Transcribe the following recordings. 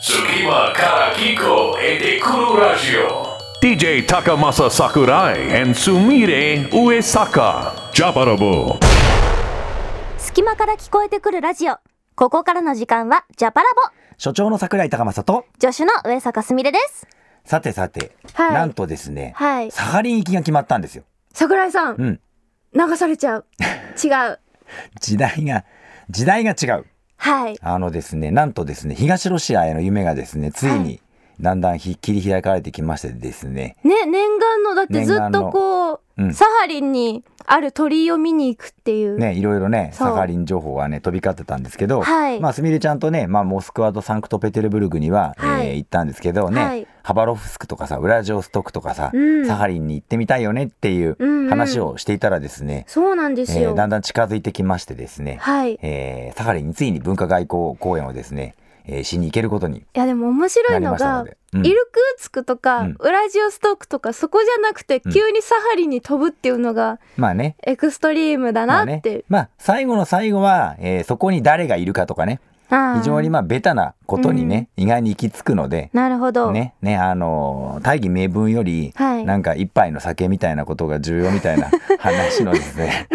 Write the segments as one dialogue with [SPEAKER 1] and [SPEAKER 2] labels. [SPEAKER 1] Tsukima Karakiko e Dekuru Radio.
[SPEAKER 2] DJ Takamasa Sakurai and Sumire Uesaka. Japarobo.
[SPEAKER 3] 隙間から聞こえてくるラジオ。ここからの時間は、ジャパラ
[SPEAKER 4] 所長の桜井高政と
[SPEAKER 3] ボ助手の上坂すみれです。
[SPEAKER 4] さてさて、
[SPEAKER 5] はい
[SPEAKER 4] なんとですね、
[SPEAKER 5] はい
[SPEAKER 4] サハリン行きが決まったんですよ
[SPEAKER 5] 桜井さん、
[SPEAKER 4] うん
[SPEAKER 5] 流されちゃう違う
[SPEAKER 4] 時代が時代が違う
[SPEAKER 5] はい
[SPEAKER 4] あのですねなんとですね東ロシアへの夢がですねついにだんだんひ切り開かれてきましてですね
[SPEAKER 5] ね念願のだってずっとこう、
[SPEAKER 4] 念願のうん
[SPEAKER 5] サハリンにある鳥居を見に行くっていう、
[SPEAKER 4] ねいろいろね
[SPEAKER 5] そう
[SPEAKER 4] サハリン情報はね飛び交ってたんですけど、
[SPEAKER 5] はい
[SPEAKER 4] まあすみれちゃんとね、まあ、モスクワとサンクトペテルブルクには、
[SPEAKER 5] はい
[SPEAKER 4] えー行ったんですけどね、
[SPEAKER 5] はい
[SPEAKER 4] ハバロフスクとかさウラジオストクとかさ、
[SPEAKER 5] うん
[SPEAKER 4] サハリンに行ってみたいよねっていう
[SPEAKER 5] うんうん
[SPEAKER 4] 話をしていたらですね、
[SPEAKER 5] そうなんです
[SPEAKER 4] え
[SPEAKER 5] よ、
[SPEAKER 4] ーだんだん近づいてきましてですね、
[SPEAKER 5] はいい
[SPEAKER 4] えーサハリンについに文化外交公演をですね、えーしに行けることに
[SPEAKER 5] やでも面白いのが
[SPEAKER 4] なりましたのでうん
[SPEAKER 5] イルクーツクとか、
[SPEAKER 4] うん
[SPEAKER 5] ウラジオストクとかそこじゃなくて
[SPEAKER 4] うん
[SPEAKER 5] 急にサハリンに飛ぶっていうのが
[SPEAKER 4] まあね
[SPEAKER 5] エクストリームだ
[SPEAKER 4] ま
[SPEAKER 5] な
[SPEAKER 4] あね
[SPEAKER 5] って、
[SPEAKER 4] まあ最後の最後は、えーそこに誰がいるかとかね
[SPEAKER 5] あー
[SPEAKER 4] 非常にまあベタなことにね、意外に行き着くので
[SPEAKER 5] なるほど、
[SPEAKER 4] ねねあのー大義名分より、
[SPEAKER 5] はい
[SPEAKER 4] なんか一杯の酒みたいなことが重要みたいな話ので すね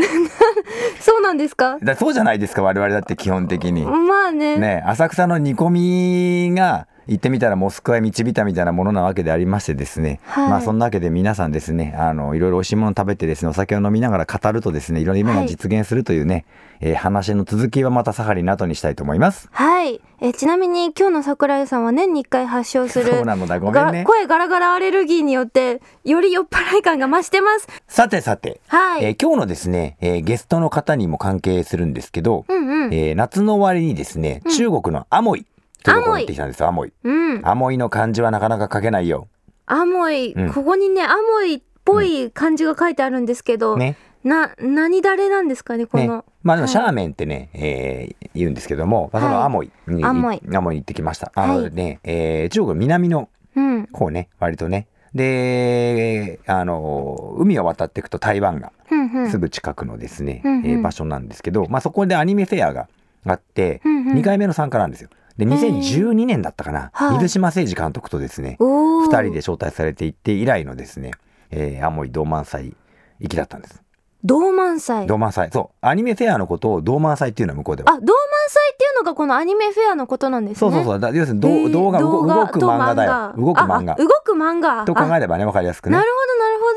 [SPEAKER 5] そうなんですか
[SPEAKER 4] だそうじゃないですか我々だって基本的に。
[SPEAKER 5] まあね
[SPEAKER 4] ね浅草の煮込みが行ってみたらモスクワへ導いたみたいなものなわけでありましてですね、
[SPEAKER 5] はい
[SPEAKER 4] まあそんなわけで皆さんですねあのいろいろおいしいものを食べてですねお酒を飲みながら語るとですねいろんな夢が実現するというね、えー話の続きはまたサハリンの後にしたいと思います。
[SPEAKER 5] はい。えーちなみに今日の桜井さんは年に1回発症する。
[SPEAKER 4] そうなのだごめんね
[SPEAKER 5] が声ガラガラアレルギーによって、より酔っ払い感が増してます。
[SPEAKER 4] さてさて、
[SPEAKER 5] はい
[SPEAKER 4] えー今日のですね、えーゲストの方にも関係するんですけど、
[SPEAKER 5] うんうん。
[SPEAKER 4] えー夏の終わりにですね、中国のアモイというところに行ってきたんですよアモイ。
[SPEAKER 5] うん。
[SPEAKER 4] アモイの漢字はなかなか書けないよ。
[SPEAKER 5] アモイ、
[SPEAKER 4] うん
[SPEAKER 5] ここにね、アモイっぽい漢字が書いてあるんですけど、
[SPEAKER 4] ね
[SPEAKER 5] な、何だれなんですかね、こ
[SPEAKER 4] ね
[SPEAKER 5] の。、
[SPEAKER 4] まあでも
[SPEAKER 5] はい
[SPEAKER 4] シャーメンってね、えー言うんですけども、まあ、そ
[SPEAKER 5] は
[SPEAKER 4] の
[SPEAKER 5] い
[SPEAKER 4] アモイに、
[SPEAKER 5] アモイ
[SPEAKER 4] アモイに行ってきました。あ
[SPEAKER 5] はい
[SPEAKER 4] のね、えー中国南の
[SPEAKER 5] うん。
[SPEAKER 4] 方ね、割とね。で、あの、海を渡っていくと台湾が
[SPEAKER 5] ふんふん。
[SPEAKER 4] すぐ近くのですね、
[SPEAKER 5] うんうん
[SPEAKER 4] えー場所なんですけど、まあそこでアニメフェアがあって、
[SPEAKER 5] うんうん
[SPEAKER 4] 2回目の参加なんですよ。で、2012年だったかな、
[SPEAKER 5] はい
[SPEAKER 4] 水島誠二監督とですね、
[SPEAKER 5] お
[SPEAKER 4] 2
[SPEAKER 5] ー
[SPEAKER 4] 人で招待されていって以来のですね、えーアモイ同満祭行きだったんです。
[SPEAKER 5] 同満祭。
[SPEAKER 4] 同満祭。そう。アニメフェアのことを同満祭っていうのは向こうでは
[SPEAKER 5] あ、同満祭っていうのがこのアニメフェアのことなんですね。
[SPEAKER 4] そうそうそう。だ要するに、どう
[SPEAKER 5] へー
[SPEAKER 4] 動画動動く
[SPEAKER 5] と
[SPEAKER 4] 漫画だよ。動く漫
[SPEAKER 5] あ
[SPEAKER 4] 画
[SPEAKER 5] あ。動く漫画。
[SPEAKER 4] と考
[SPEAKER 5] あ
[SPEAKER 4] えればね、わかりやすくね
[SPEAKER 5] なる。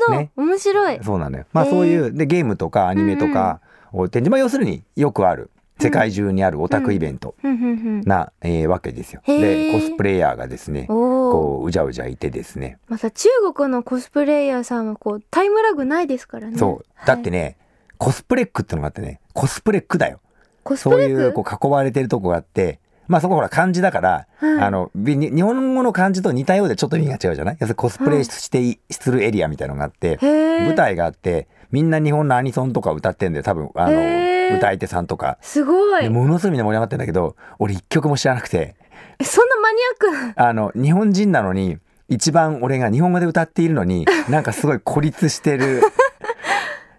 [SPEAKER 5] ほど、なる
[SPEAKER 4] ね
[SPEAKER 5] ほど。面白い。
[SPEAKER 4] そうなのよ。まあ
[SPEAKER 5] へー
[SPEAKER 4] そういう、で、ゲームとかアニメとかを展示、まあ要するによくある、世界中にあるオタクイベント
[SPEAKER 5] ふんふんふん。
[SPEAKER 4] な、えーわけですよ。
[SPEAKER 5] へ
[SPEAKER 4] で、
[SPEAKER 5] ー
[SPEAKER 4] コスプレイヤーがですね、
[SPEAKER 5] おお。
[SPEAKER 4] こう、うじゃうじゃいてですね。
[SPEAKER 5] また中国のコスプレイヤーさんはこうタイムラグないですからね。
[SPEAKER 4] そう。だって
[SPEAKER 5] ね。
[SPEAKER 4] ね、コスプレックってのがあってね、コスプレックだよ。
[SPEAKER 5] コス
[SPEAKER 4] そ
[SPEAKER 5] プ
[SPEAKER 4] う
[SPEAKER 5] レ
[SPEAKER 4] いう、こう、囲われてるとこがあって、まあそこほら漢字だから、
[SPEAKER 5] はい
[SPEAKER 4] あの、びに日本語の漢字と似たようでちょっと意味が違うじゃない要するにコスプレしてい、するエリアみたいなのがあって、
[SPEAKER 5] へー
[SPEAKER 4] 舞台があって、みんな日本のアニソンとか歌ってんだよ、多分、あ
[SPEAKER 5] へ
[SPEAKER 4] の、
[SPEAKER 5] ー
[SPEAKER 4] 歌い手さんとか。
[SPEAKER 5] すごい
[SPEAKER 4] で。ものすごいみんな盛り上がってんだけど、俺一曲も知らなくて、
[SPEAKER 5] えそんなマニアック。
[SPEAKER 4] あの、日本人なのに、一番俺が日本語で歌っている のに、なんかすごい孤立してる。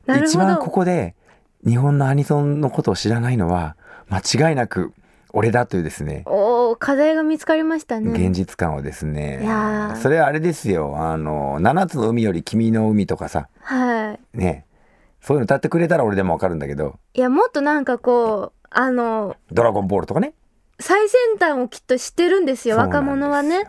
[SPEAKER 5] なる
[SPEAKER 4] 一
[SPEAKER 5] ほど。
[SPEAKER 4] 番ここで、日本のアニソンのことを知らないのは、間違いなく俺だというですね、
[SPEAKER 5] おお課題が見つかりましたね。
[SPEAKER 4] 現実感をですね
[SPEAKER 5] いやー
[SPEAKER 4] それはあれですよあの「七つの海より君の海」とかさ
[SPEAKER 5] はい。
[SPEAKER 4] ねそういうの歌ってくれたら俺でもわかるんだけど
[SPEAKER 5] いやもっとなんかこうあの
[SPEAKER 4] 「ドラゴンボール」とかね
[SPEAKER 5] 最先端をきっと知ってるんですよ
[SPEAKER 4] そうなんです
[SPEAKER 5] 若
[SPEAKER 4] よ
[SPEAKER 5] 者はね。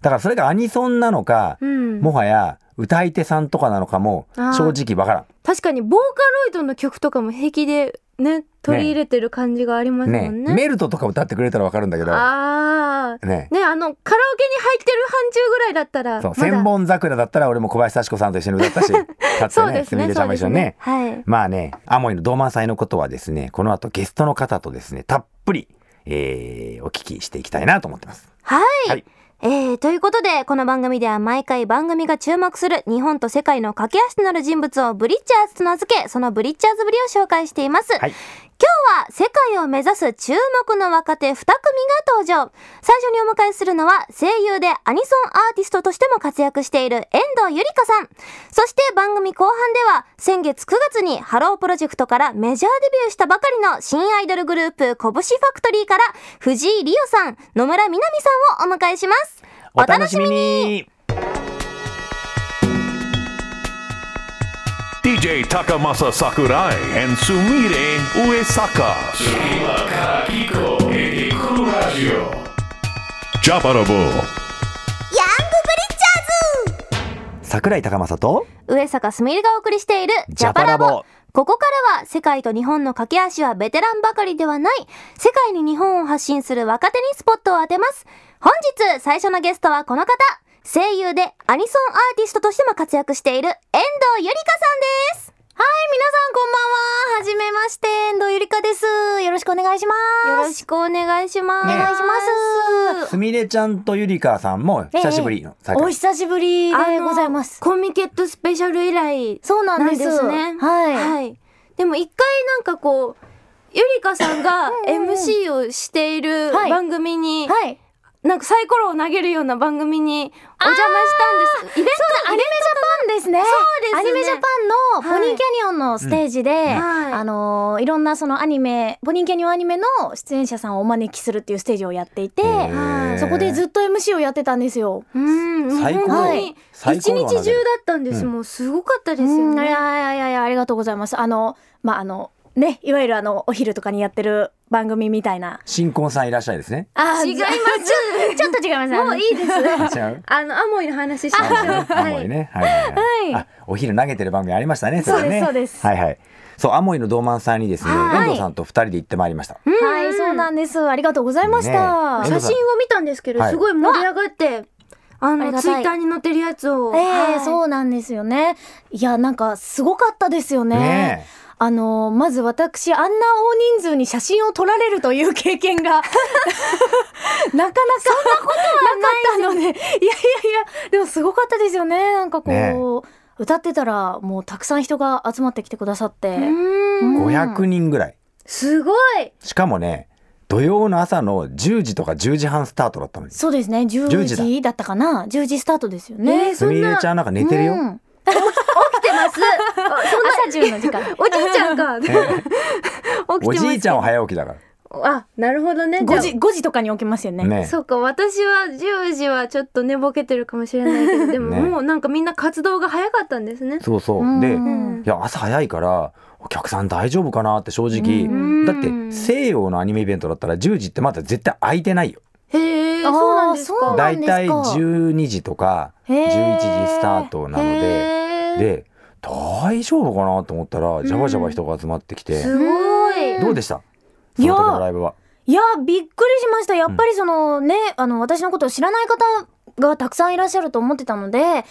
[SPEAKER 4] だからそれがアニソンなのか、
[SPEAKER 5] うん。
[SPEAKER 4] もはや歌い手さんとかなのかも
[SPEAKER 5] あー
[SPEAKER 4] 正直わから
[SPEAKER 5] 確かにボーカロイドの曲とかも平気でね取り入れてる感じがあります
[SPEAKER 4] ん
[SPEAKER 5] も
[SPEAKER 4] ね
[SPEAKER 5] んね。
[SPEAKER 4] メルトとか歌ってくれたらわかるんだけど
[SPEAKER 5] ああ。
[SPEAKER 4] ね
[SPEAKER 5] ね、あの、カラオケに入ってる範疇ぐらいだったら、
[SPEAKER 4] そう
[SPEAKER 5] まだ
[SPEAKER 4] 千本桜だったら俺も小林幸子さんと一緒に歌っ たしかつ
[SPEAKER 5] そ
[SPEAKER 4] て
[SPEAKER 5] うで
[SPEAKER 4] ね
[SPEAKER 5] す
[SPEAKER 4] すみ
[SPEAKER 5] ね、
[SPEAKER 4] れち
[SPEAKER 5] そ
[SPEAKER 4] ゃん
[SPEAKER 5] う
[SPEAKER 4] も
[SPEAKER 5] で
[SPEAKER 4] 一
[SPEAKER 5] す
[SPEAKER 4] 緒に
[SPEAKER 5] ね
[SPEAKER 4] ね。
[SPEAKER 5] はい。
[SPEAKER 4] まあね、アモイの同満祭のことはですね、この後ゲストの方とですね、たっぷり、えーお聞きしていきたいなと思ってます。
[SPEAKER 3] はい。
[SPEAKER 4] はい
[SPEAKER 3] えー、ということで、この番組では毎回番組が注目する日本と世界の架け橋となる人物をブリッチャーズと名付け、そのブリッチャーズぶりを紹介しています。
[SPEAKER 4] はい
[SPEAKER 3] は世界を目指す注目の若手2組が登場最初にお迎えするのは声優でアニソンアーティストとしても活躍している遠藤ゆりかさんそして番組後半では先月9月にハロープロジェクトからメジャーデビューしたばかりの新アイドルグループ拳ファクトリーから藤井理央さん野村みなみさんをお迎えしますお楽しみ
[SPEAKER 4] に
[SPEAKER 2] DJ Takamasa Sakurai and Sumire Uesaka.
[SPEAKER 1] 今から聞こえてくるラジオ
[SPEAKER 2] Jabarabo.
[SPEAKER 4] 桜井高政と
[SPEAKER 3] 上坂すみれがお送りしているジ
[SPEAKER 4] ジ
[SPEAKER 3] ャ
[SPEAKER 4] ャ
[SPEAKER 3] パ
[SPEAKER 4] パ
[SPEAKER 3] ラ
[SPEAKER 4] ラ
[SPEAKER 3] ボ
[SPEAKER 4] ボ
[SPEAKER 3] ここからは世界と日本の架け橋はベテランばかりではない世界に日本を発信する若手にスポットを当てます本日最初のゲストはこの方声優でアニソンアーティストとしても活躍している遠藤ゆりかさんですはい皆さんこんばんははじめまして遠藤ゆりかですよろしくお願いしますよろしくお願いしますお
[SPEAKER 4] 願い
[SPEAKER 3] します
[SPEAKER 4] すみれちゃんとゆりかさんも久しぶりの再
[SPEAKER 6] お
[SPEAKER 4] 会
[SPEAKER 6] 久しぶりでございます。
[SPEAKER 5] コミケットスペシャル以来
[SPEAKER 3] そうなんです
[SPEAKER 5] なんです
[SPEAKER 3] ね
[SPEAKER 6] はい
[SPEAKER 5] はい。でも一回なんかこう、ゆりかさん が MC をしている
[SPEAKER 6] はい
[SPEAKER 5] 番組に、
[SPEAKER 6] はい。
[SPEAKER 5] なんかサイコロを投げるような番組にお邪魔したんです。イベント
[SPEAKER 6] アニメジャパンですね。
[SPEAKER 5] ですね
[SPEAKER 6] アニメジャパンのポニーキャニオンのステージで、
[SPEAKER 5] はい
[SPEAKER 6] あのーいろんなそのアニメ、ポニーキャニオンアニメの出演者さんをお招きするっていうステージをやっていて、
[SPEAKER 4] へー
[SPEAKER 6] そこでずっと MC をやってたんですよ。
[SPEAKER 5] うん、
[SPEAKER 4] サイコロ
[SPEAKER 5] 本当に
[SPEAKER 4] サイコ
[SPEAKER 5] 一
[SPEAKER 4] ロ
[SPEAKER 5] 日
[SPEAKER 4] は投げる
[SPEAKER 5] 中だったんです。もうすごかったですよ
[SPEAKER 6] うんいやい
[SPEAKER 5] ね。
[SPEAKER 6] やいやいやありがとうございます。あのまああのねいわゆるあのお昼とかにやってる番組みたいな。
[SPEAKER 4] 新婚さんいらっしゃいですね
[SPEAKER 6] あ。
[SPEAKER 5] 違います
[SPEAKER 6] ちょっと違います。
[SPEAKER 5] もういいです。
[SPEAKER 4] 違う
[SPEAKER 5] あの、アモイの話しましょう。
[SPEAKER 4] アモイね、はいはいはい
[SPEAKER 6] はい
[SPEAKER 4] あお昼投げてる番組ありましたねれね
[SPEAKER 6] そうですそうです
[SPEAKER 4] はいはいそうアモイの道満さんにですね
[SPEAKER 6] は
[SPEAKER 4] 遠
[SPEAKER 6] い
[SPEAKER 4] 藤さんと二人で行ってまいりました
[SPEAKER 6] はい、そうなんです。ありがとうございました。
[SPEAKER 4] ね
[SPEAKER 5] 写真を見たんですけど、
[SPEAKER 4] はい
[SPEAKER 5] すごい盛り上がって、あ
[SPEAKER 6] あり
[SPEAKER 5] の、
[SPEAKER 6] が
[SPEAKER 5] ツイ
[SPEAKER 6] たい
[SPEAKER 5] ッターに載ってるやつを。
[SPEAKER 6] ええ
[SPEAKER 5] はい
[SPEAKER 6] そうなんですよね。いや、なんかすごかったですよね。
[SPEAKER 4] ね
[SPEAKER 6] あのまず私あんな大人数に写真を撮られるという経験がなかなかなかったのでいやいやいやでもすごかったですよねなんかこう、
[SPEAKER 4] ね
[SPEAKER 6] 歌ってたらもうたくさん人が集まってきてくださって、
[SPEAKER 5] うん。
[SPEAKER 6] うん
[SPEAKER 4] 500人ぐらい
[SPEAKER 5] すごい。
[SPEAKER 4] しかもね土曜の朝の10時とか10時半スタートだったのに
[SPEAKER 6] そうですね10
[SPEAKER 4] 10時だ
[SPEAKER 6] 時だったかな10時スタートですよ
[SPEAKER 5] ね
[SPEAKER 6] ね。
[SPEAKER 5] え
[SPEAKER 4] す
[SPEAKER 5] そん
[SPEAKER 4] みれ
[SPEAKER 5] な
[SPEAKER 4] ち。ゃんなんか寝てるよ、
[SPEAKER 6] う
[SPEAKER 4] ね
[SPEAKER 6] ん
[SPEAKER 5] 起きて ます。あそんな
[SPEAKER 6] 朝10の時間
[SPEAKER 5] おじいちゃんか。起きてます。
[SPEAKER 4] おじいちゃんは早起きだか
[SPEAKER 5] あ、なるほどね。じゃ
[SPEAKER 6] 5時5時とかに起きますよね
[SPEAKER 4] らね
[SPEAKER 5] あ。そうか私は10時はちょっと寝ぼけてるかもしれないけどでも
[SPEAKER 4] ね
[SPEAKER 5] もうなんかみんな活動が早かったんですね。
[SPEAKER 4] そうそう、
[SPEAKER 6] うん
[SPEAKER 4] で
[SPEAKER 6] う
[SPEAKER 4] い
[SPEAKER 6] ん
[SPEAKER 4] や朝早いからお客さん大丈夫かなって正直、
[SPEAKER 5] うん
[SPEAKER 4] だって西洋のアニメイベントだったら10時ってまだ絶対空いてないよ
[SPEAKER 5] へえ
[SPEAKER 6] あー
[SPEAKER 5] そうなんです
[SPEAKER 6] そう
[SPEAKER 5] か。
[SPEAKER 6] な
[SPEAKER 4] だ
[SPEAKER 6] ん
[SPEAKER 4] い
[SPEAKER 6] ですか
[SPEAKER 4] たい12時とか
[SPEAKER 6] へー
[SPEAKER 4] 11時スタートなので
[SPEAKER 5] へえ
[SPEAKER 4] で大丈夫かなと思ったらジャバジャバ人が集まってきて、
[SPEAKER 5] すごい。
[SPEAKER 4] どうでしたそ
[SPEAKER 6] いや
[SPEAKER 4] の時のライブはい
[SPEAKER 6] やびっくりしましたやっぱりその、ねあの私のことを知らない方がたくさんいらっしゃると思ってたので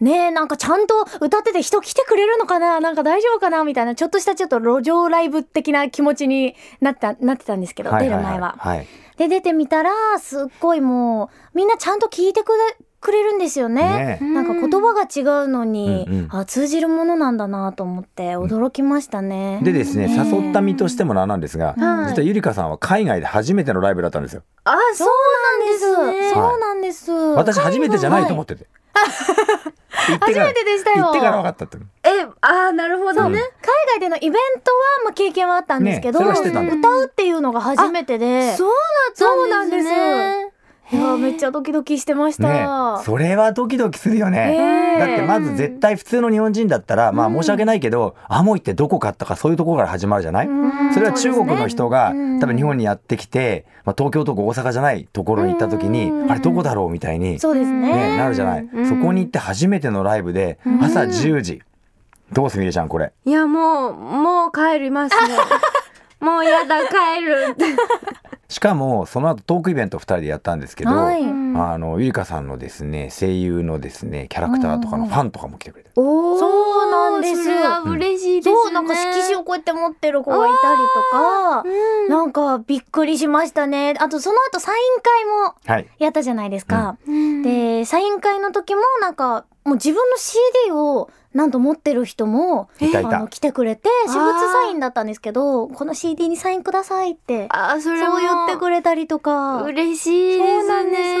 [SPEAKER 6] ねなんかちゃんと歌ってて人来てくれるのかななんか大丈夫かなみたいなちょっとしたちょっと路上ライブ的な気持ちになったなってたんですけど、
[SPEAKER 4] はい
[SPEAKER 6] 出
[SPEAKER 4] は
[SPEAKER 6] る
[SPEAKER 4] い
[SPEAKER 6] 前は。
[SPEAKER 4] はい、はい
[SPEAKER 6] で出てみたらすっごいもうみんなちゃんと聞いてくれくれるんですよね。
[SPEAKER 4] ねえ
[SPEAKER 6] なんか言葉が違うのに、
[SPEAKER 4] うんうん
[SPEAKER 6] あ通じるものなんだなと思って驚きましたね。
[SPEAKER 4] でですね
[SPEAKER 6] ねえ
[SPEAKER 4] 誘った身としてもなんなんですが、
[SPEAKER 6] はい
[SPEAKER 4] 実はゆりかさんは海外で初めてのライブだったんですよ
[SPEAKER 5] あそう
[SPEAKER 6] そうなんです。
[SPEAKER 4] はい
[SPEAKER 6] そうなんです。
[SPEAKER 4] 私初めてじゃないと思ってて、行ってから
[SPEAKER 6] 初めてでしたよ
[SPEAKER 4] 行ってから分かったって
[SPEAKER 5] えあーなるほどね。
[SPEAKER 6] 海外でのイベントは、まあ、経験はあったんですけど、
[SPEAKER 4] ねそれはしてたんだ
[SPEAKER 6] 歌うっていうのが初めてで
[SPEAKER 5] そう
[SPEAKER 6] そう
[SPEAKER 5] だ
[SPEAKER 6] な
[SPEAKER 5] った
[SPEAKER 6] ん
[SPEAKER 5] んで
[SPEAKER 6] ですす
[SPEAKER 5] ね。
[SPEAKER 6] いやめっちゃドキドキしてました、
[SPEAKER 4] ねそれはドキドキするよね、
[SPEAKER 6] ええ
[SPEAKER 4] だってまず絶対普通の日本人だったら、まあ申し訳ないけど、アモイってどこかったかそういうところから始まるじゃない、
[SPEAKER 6] うん
[SPEAKER 4] それは中国の人が、
[SPEAKER 6] そうですね
[SPEAKER 4] 多分日本にやってきて、まあ、東京とか大阪じゃないところに行った時に、
[SPEAKER 6] うん
[SPEAKER 4] あれどこだろうみたいに、
[SPEAKER 6] そうですね
[SPEAKER 4] ね、なるじゃない、
[SPEAKER 5] うん
[SPEAKER 4] そこに行って初めてのライブで朝10時、どうすみれちゃんこれ
[SPEAKER 5] いやもうもう帰ります ね。もうやだ帰るって。
[SPEAKER 4] しかもその後トークイベント2人でやったんですけど、
[SPEAKER 6] はい、
[SPEAKER 4] あのゆりかさんのですね声優のですねキャラクターとかのファンとかも来てくれて、
[SPEAKER 5] おー
[SPEAKER 6] そうなんです
[SPEAKER 5] それは嬉しいですね。
[SPEAKER 6] そうなんか色紙をこうやって持ってる子がいたりとか、
[SPEAKER 5] うん
[SPEAKER 6] なんかびっくりしましたねあとその後サイン会も
[SPEAKER 4] はい
[SPEAKER 6] やったじゃないですか、
[SPEAKER 5] うん
[SPEAKER 6] でサイン会の時もなんかもう自分の CD をなんと持ってる人も、
[SPEAKER 4] いたいた
[SPEAKER 6] あの来てくれて私物サインだったんですけどこの CD にサインくださいって
[SPEAKER 5] あーそれ
[SPEAKER 6] そう
[SPEAKER 5] も
[SPEAKER 6] 言ってくれたりとか
[SPEAKER 5] 嬉しいで
[SPEAKER 6] そうな
[SPEAKER 5] す
[SPEAKER 6] んです
[SPEAKER 5] ね
[SPEAKER 4] ね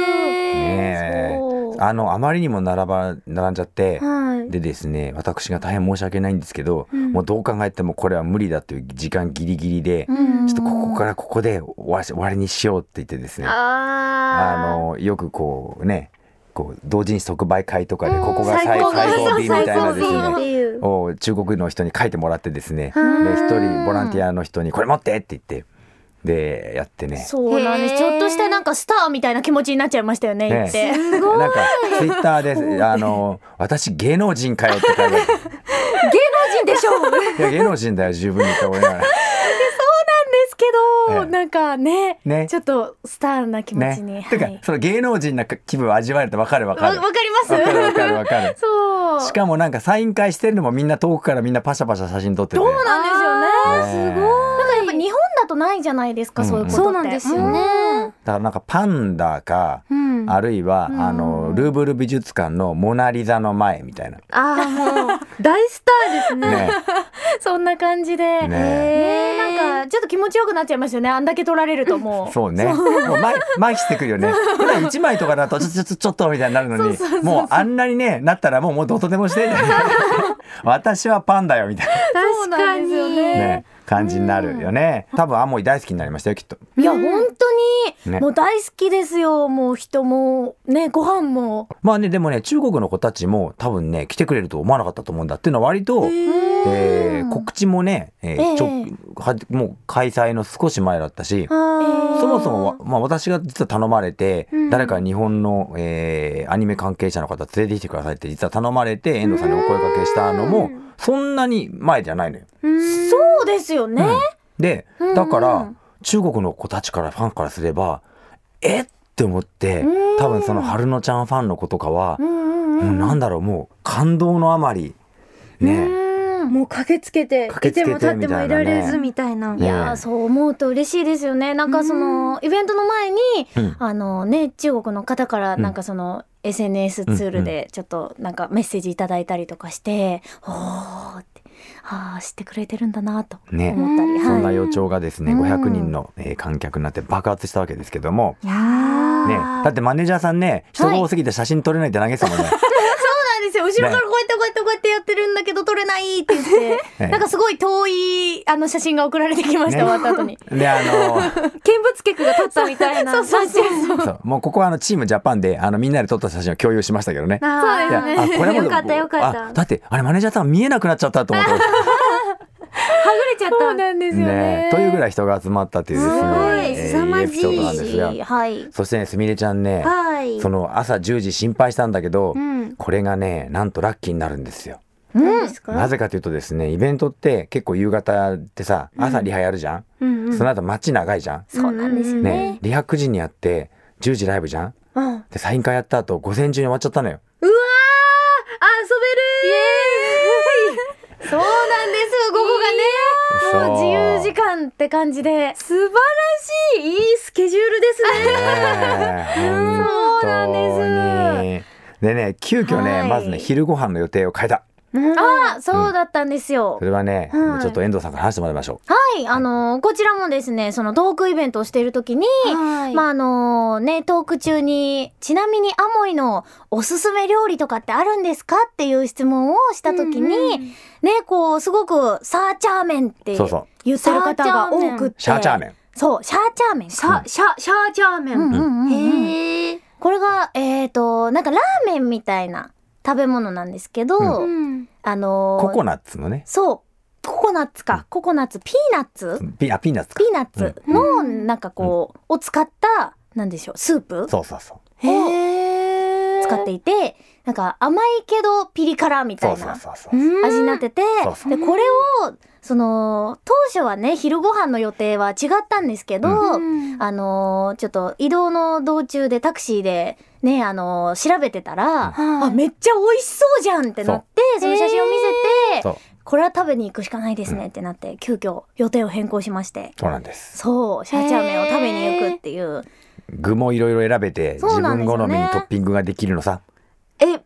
[SPEAKER 4] え
[SPEAKER 6] そう
[SPEAKER 4] あのあまりにも並ば並んじゃって、
[SPEAKER 6] はい
[SPEAKER 4] でですね私が大変申し訳ないんですけど、
[SPEAKER 6] うん
[SPEAKER 4] もうどう考えてもこれは無理だという時間ギリギリで、
[SPEAKER 6] うん
[SPEAKER 4] ちょっとここからここで終わし終わりにしようって言ってですね
[SPEAKER 5] あ
[SPEAKER 4] あのよくこうねこう同人誌特売会とかで
[SPEAKER 6] うん
[SPEAKER 4] ここが最
[SPEAKER 6] 最高
[SPEAKER 4] 最高 B みたいなです
[SPEAKER 6] 最高 B
[SPEAKER 4] ね
[SPEAKER 6] っていう
[SPEAKER 4] を中国の人に書いてもらってですねで
[SPEAKER 6] うん
[SPEAKER 4] 一人ボランティアの人に「これ持って!」って言ってでやってね
[SPEAKER 6] そうなんです。
[SPEAKER 5] へー
[SPEAKER 6] ちょっとしたなんかスターみたいな気持ちになっちゃいましたよね。
[SPEAKER 4] ね
[SPEAKER 6] 言って。
[SPEAKER 4] なんかツイッターで「あの私芸能人かよ」って書いて ある
[SPEAKER 6] 個人でしょう。なんで
[SPEAKER 4] いや芸能人だよ十分にと思いながら
[SPEAKER 6] すけど、
[SPEAKER 4] ええ
[SPEAKER 6] なんかね
[SPEAKER 4] ね
[SPEAKER 6] ちょっとスターな気持ちに。
[SPEAKER 4] ね。
[SPEAKER 6] は
[SPEAKER 4] て
[SPEAKER 6] い。
[SPEAKER 4] かその芸能人な気分を味わえるとわかるわか
[SPEAKER 6] わ
[SPEAKER 4] る。
[SPEAKER 6] わかります。。
[SPEAKER 4] わかるわかるわかる
[SPEAKER 6] そう。
[SPEAKER 4] しかもなんかサイン会してるのもみんな遠くからみんなパシャパシャ写真撮ってて。
[SPEAKER 6] そうなんです
[SPEAKER 4] ね
[SPEAKER 6] よね。
[SPEAKER 4] えすごい
[SPEAKER 6] なんかやっぱ日本だとないじゃないですか、
[SPEAKER 4] うん
[SPEAKER 6] そういうことって。
[SPEAKER 3] そうなんですよね。
[SPEAKER 4] だからなんかパンダか、
[SPEAKER 3] うん。
[SPEAKER 4] あるいはあのルーブル美術館のモナリザの前みたいな。
[SPEAKER 5] あーもう大スターですね
[SPEAKER 4] ね。
[SPEAKER 6] うん。そんな感じで。
[SPEAKER 4] ね
[SPEAKER 6] ねえなんかちょっと気持ちよくなっちゃいますよね。あんだけ取られるともう。
[SPEAKER 4] そうね。もう前前してくるよね。普段一枚とかだとちょちょちょちょっとみたいになるのに、もうあんなにねなったらもうもうどとでもして。私はパンダよみたい
[SPEAKER 5] 確かに
[SPEAKER 6] そうなんですよ
[SPEAKER 4] な
[SPEAKER 6] ね
[SPEAKER 4] ね感じになるよね。多分アモイ大好きになりましたよきっと。
[SPEAKER 6] いや本当に、
[SPEAKER 4] ね
[SPEAKER 6] もう大好きですよもう人もねご飯も
[SPEAKER 4] まあね、でもね、中国の子たちも多分ね、来てくれると思わなかったと思うんだっていうのは割と、えー告知もね、えー
[SPEAKER 6] ええ
[SPEAKER 4] ちょはもう開催の少し前だったし、
[SPEAKER 5] あー
[SPEAKER 4] そもそもわ、まあ、私が実は頼まれて、誰か日本の、えーアニメ関係者の方連れてきてくださいって実は頼まれて遠藤さんにお声掛けしたのもそんなに前じゃないのよ。
[SPEAKER 6] そうですよね、
[SPEAKER 4] でだから中国の子たちからファンからすればえって思って多分その春乃ちゃんファンの子とかはもうなんだろうもう感動のあまりね
[SPEAKER 5] もう駆けつけて
[SPEAKER 4] 駆けつけて
[SPEAKER 5] いても立ってもいられずみたいな、
[SPEAKER 4] ね
[SPEAKER 6] いやーそう思うと嬉しいですよねなんかそのイベントの前に、
[SPEAKER 4] うん
[SPEAKER 6] あのね中国の方からなんかその、SNS ツールでちょっとなんかメッセージいただいたりとかして、おーってああ知ってくれてるんだなと
[SPEAKER 4] ね
[SPEAKER 6] 思ったり、
[SPEAKER 4] そん
[SPEAKER 6] は、
[SPEAKER 4] ない予兆がですね
[SPEAKER 6] うん
[SPEAKER 4] 500人の、えー観客になって爆発したわけですけども
[SPEAKER 3] いやー
[SPEAKER 4] ねだってマネージャーさんね人が多すぎて写真撮れないって投げてたもんね。
[SPEAKER 6] そうなんですよ後ろからこうやってこうやってこうやってやってるんだけど撮れないって言って、
[SPEAKER 4] ええ
[SPEAKER 6] なんかすごい遠いあの写真が送られてきました、
[SPEAKER 4] ね
[SPEAKER 6] 終わった後に。
[SPEAKER 4] であの
[SPEAKER 5] 見物客が立ったみたいな
[SPEAKER 6] そうそうそうそう
[SPEAKER 4] そうもうここはあのチームジャパンであのみんなで撮った写真を共有しましたけどね。
[SPEAKER 5] そうです
[SPEAKER 4] いや
[SPEAKER 5] ね
[SPEAKER 4] あこれも
[SPEAKER 5] よかったよかった
[SPEAKER 4] あだってあれマネージャーさん見えなくなっちゃったと思って。
[SPEAKER 5] はぐれちゃった
[SPEAKER 6] なんで
[SPEAKER 4] ねというぐらい人が集まったというですね。え
[SPEAKER 6] 凄
[SPEAKER 4] ー
[SPEAKER 6] ま
[SPEAKER 4] エピ
[SPEAKER 6] じい
[SPEAKER 4] ソードなんですが。
[SPEAKER 6] はい。
[SPEAKER 4] そしてねすみれちゃんね、
[SPEAKER 3] はい。
[SPEAKER 4] その朝10時心配したんだけど、
[SPEAKER 3] ん
[SPEAKER 4] これがねなんとラッキーになるんですよ。
[SPEAKER 6] うん。
[SPEAKER 4] なぜかというとですねイベントって結構夕方ってさ朝リハやるじゃん、
[SPEAKER 3] うんうん
[SPEAKER 4] その後街長いじゃん、
[SPEAKER 6] そうなんですよね。
[SPEAKER 4] ねリハ9時にやって10時ライブじゃん、
[SPEAKER 6] うん
[SPEAKER 4] でサイン会やった後午前中に終わっちゃったのよ。
[SPEAKER 6] そうなんです。午後
[SPEAKER 4] そう
[SPEAKER 6] がね、もう自由時間って感じで。
[SPEAKER 5] 素晴らしいいいスケジュールですね
[SPEAKER 4] ね え本当にでね急遽ね、
[SPEAKER 6] はい
[SPEAKER 4] まずね昼ご飯の予定を変えた
[SPEAKER 6] あ、そうだったんですよ
[SPEAKER 4] そ。れはね、
[SPEAKER 6] はい
[SPEAKER 4] ちょっと遠藤さんから話してもらいましょ
[SPEAKER 6] はい、あのーこちらもですね、そのトークイベントをしているときに、
[SPEAKER 3] はい
[SPEAKER 6] まああのね、トーク中に、ちなみにアモイのおすすめ料理とかってあるんですかっていう質問をしたときに、ね、こう、すごく、サーチャーメンって
[SPEAKER 4] そうそう
[SPEAKER 6] 言ってる方が多くっ
[SPEAKER 4] う
[SPEAKER 6] て。
[SPEAKER 4] シャーチャーメン、
[SPEAKER 6] そう、シャーチャーメン。
[SPEAKER 5] シャシャシャーチャーメン、
[SPEAKER 6] うんうんうんうん
[SPEAKER 3] へえ。
[SPEAKER 6] これが、えっ、と、なんかラーメンみたいな食べ物なんですけど、
[SPEAKER 4] う
[SPEAKER 3] うん。
[SPEAKER 6] あのー
[SPEAKER 4] ココナッツのね
[SPEAKER 6] そう、ココナッツか、ココナッツ、ピーナッツ
[SPEAKER 4] ピあピーナッツか
[SPEAKER 6] ピーナッツの、なんかこう、を使った、なんでしょう、スープ
[SPEAKER 4] そうそうそう
[SPEAKER 6] を
[SPEAKER 3] へえ。
[SPEAKER 6] 使っていて、なんか甘いけどピリ辛みた
[SPEAKER 4] そ
[SPEAKER 6] いう
[SPEAKER 4] そう
[SPEAKER 6] な
[SPEAKER 4] そうそう
[SPEAKER 6] 味になってて
[SPEAKER 4] そうそ、
[SPEAKER 6] で、これを、その、当初はね、昼ご飯の予定は違ったんですけど、
[SPEAKER 3] うん
[SPEAKER 6] あのーちょっと移動の道中でタクシーで、ね、あのー調べてたら、
[SPEAKER 3] はい
[SPEAKER 6] あ、めっちゃ美味しそうじゃんってなって、その写真を見せて、
[SPEAKER 4] そう
[SPEAKER 6] これは食べに行くしかないですねってなって、急遽予定を変更しまして、
[SPEAKER 4] そうなんです
[SPEAKER 6] そう、シャーチャーメンを食べに行くっていう。
[SPEAKER 4] 具もいろいろ選べて、
[SPEAKER 6] そ
[SPEAKER 4] 自
[SPEAKER 6] うなんで
[SPEAKER 4] 分
[SPEAKER 6] すよね
[SPEAKER 4] 好みにトッピングができるのさ
[SPEAKER 5] えピーナッ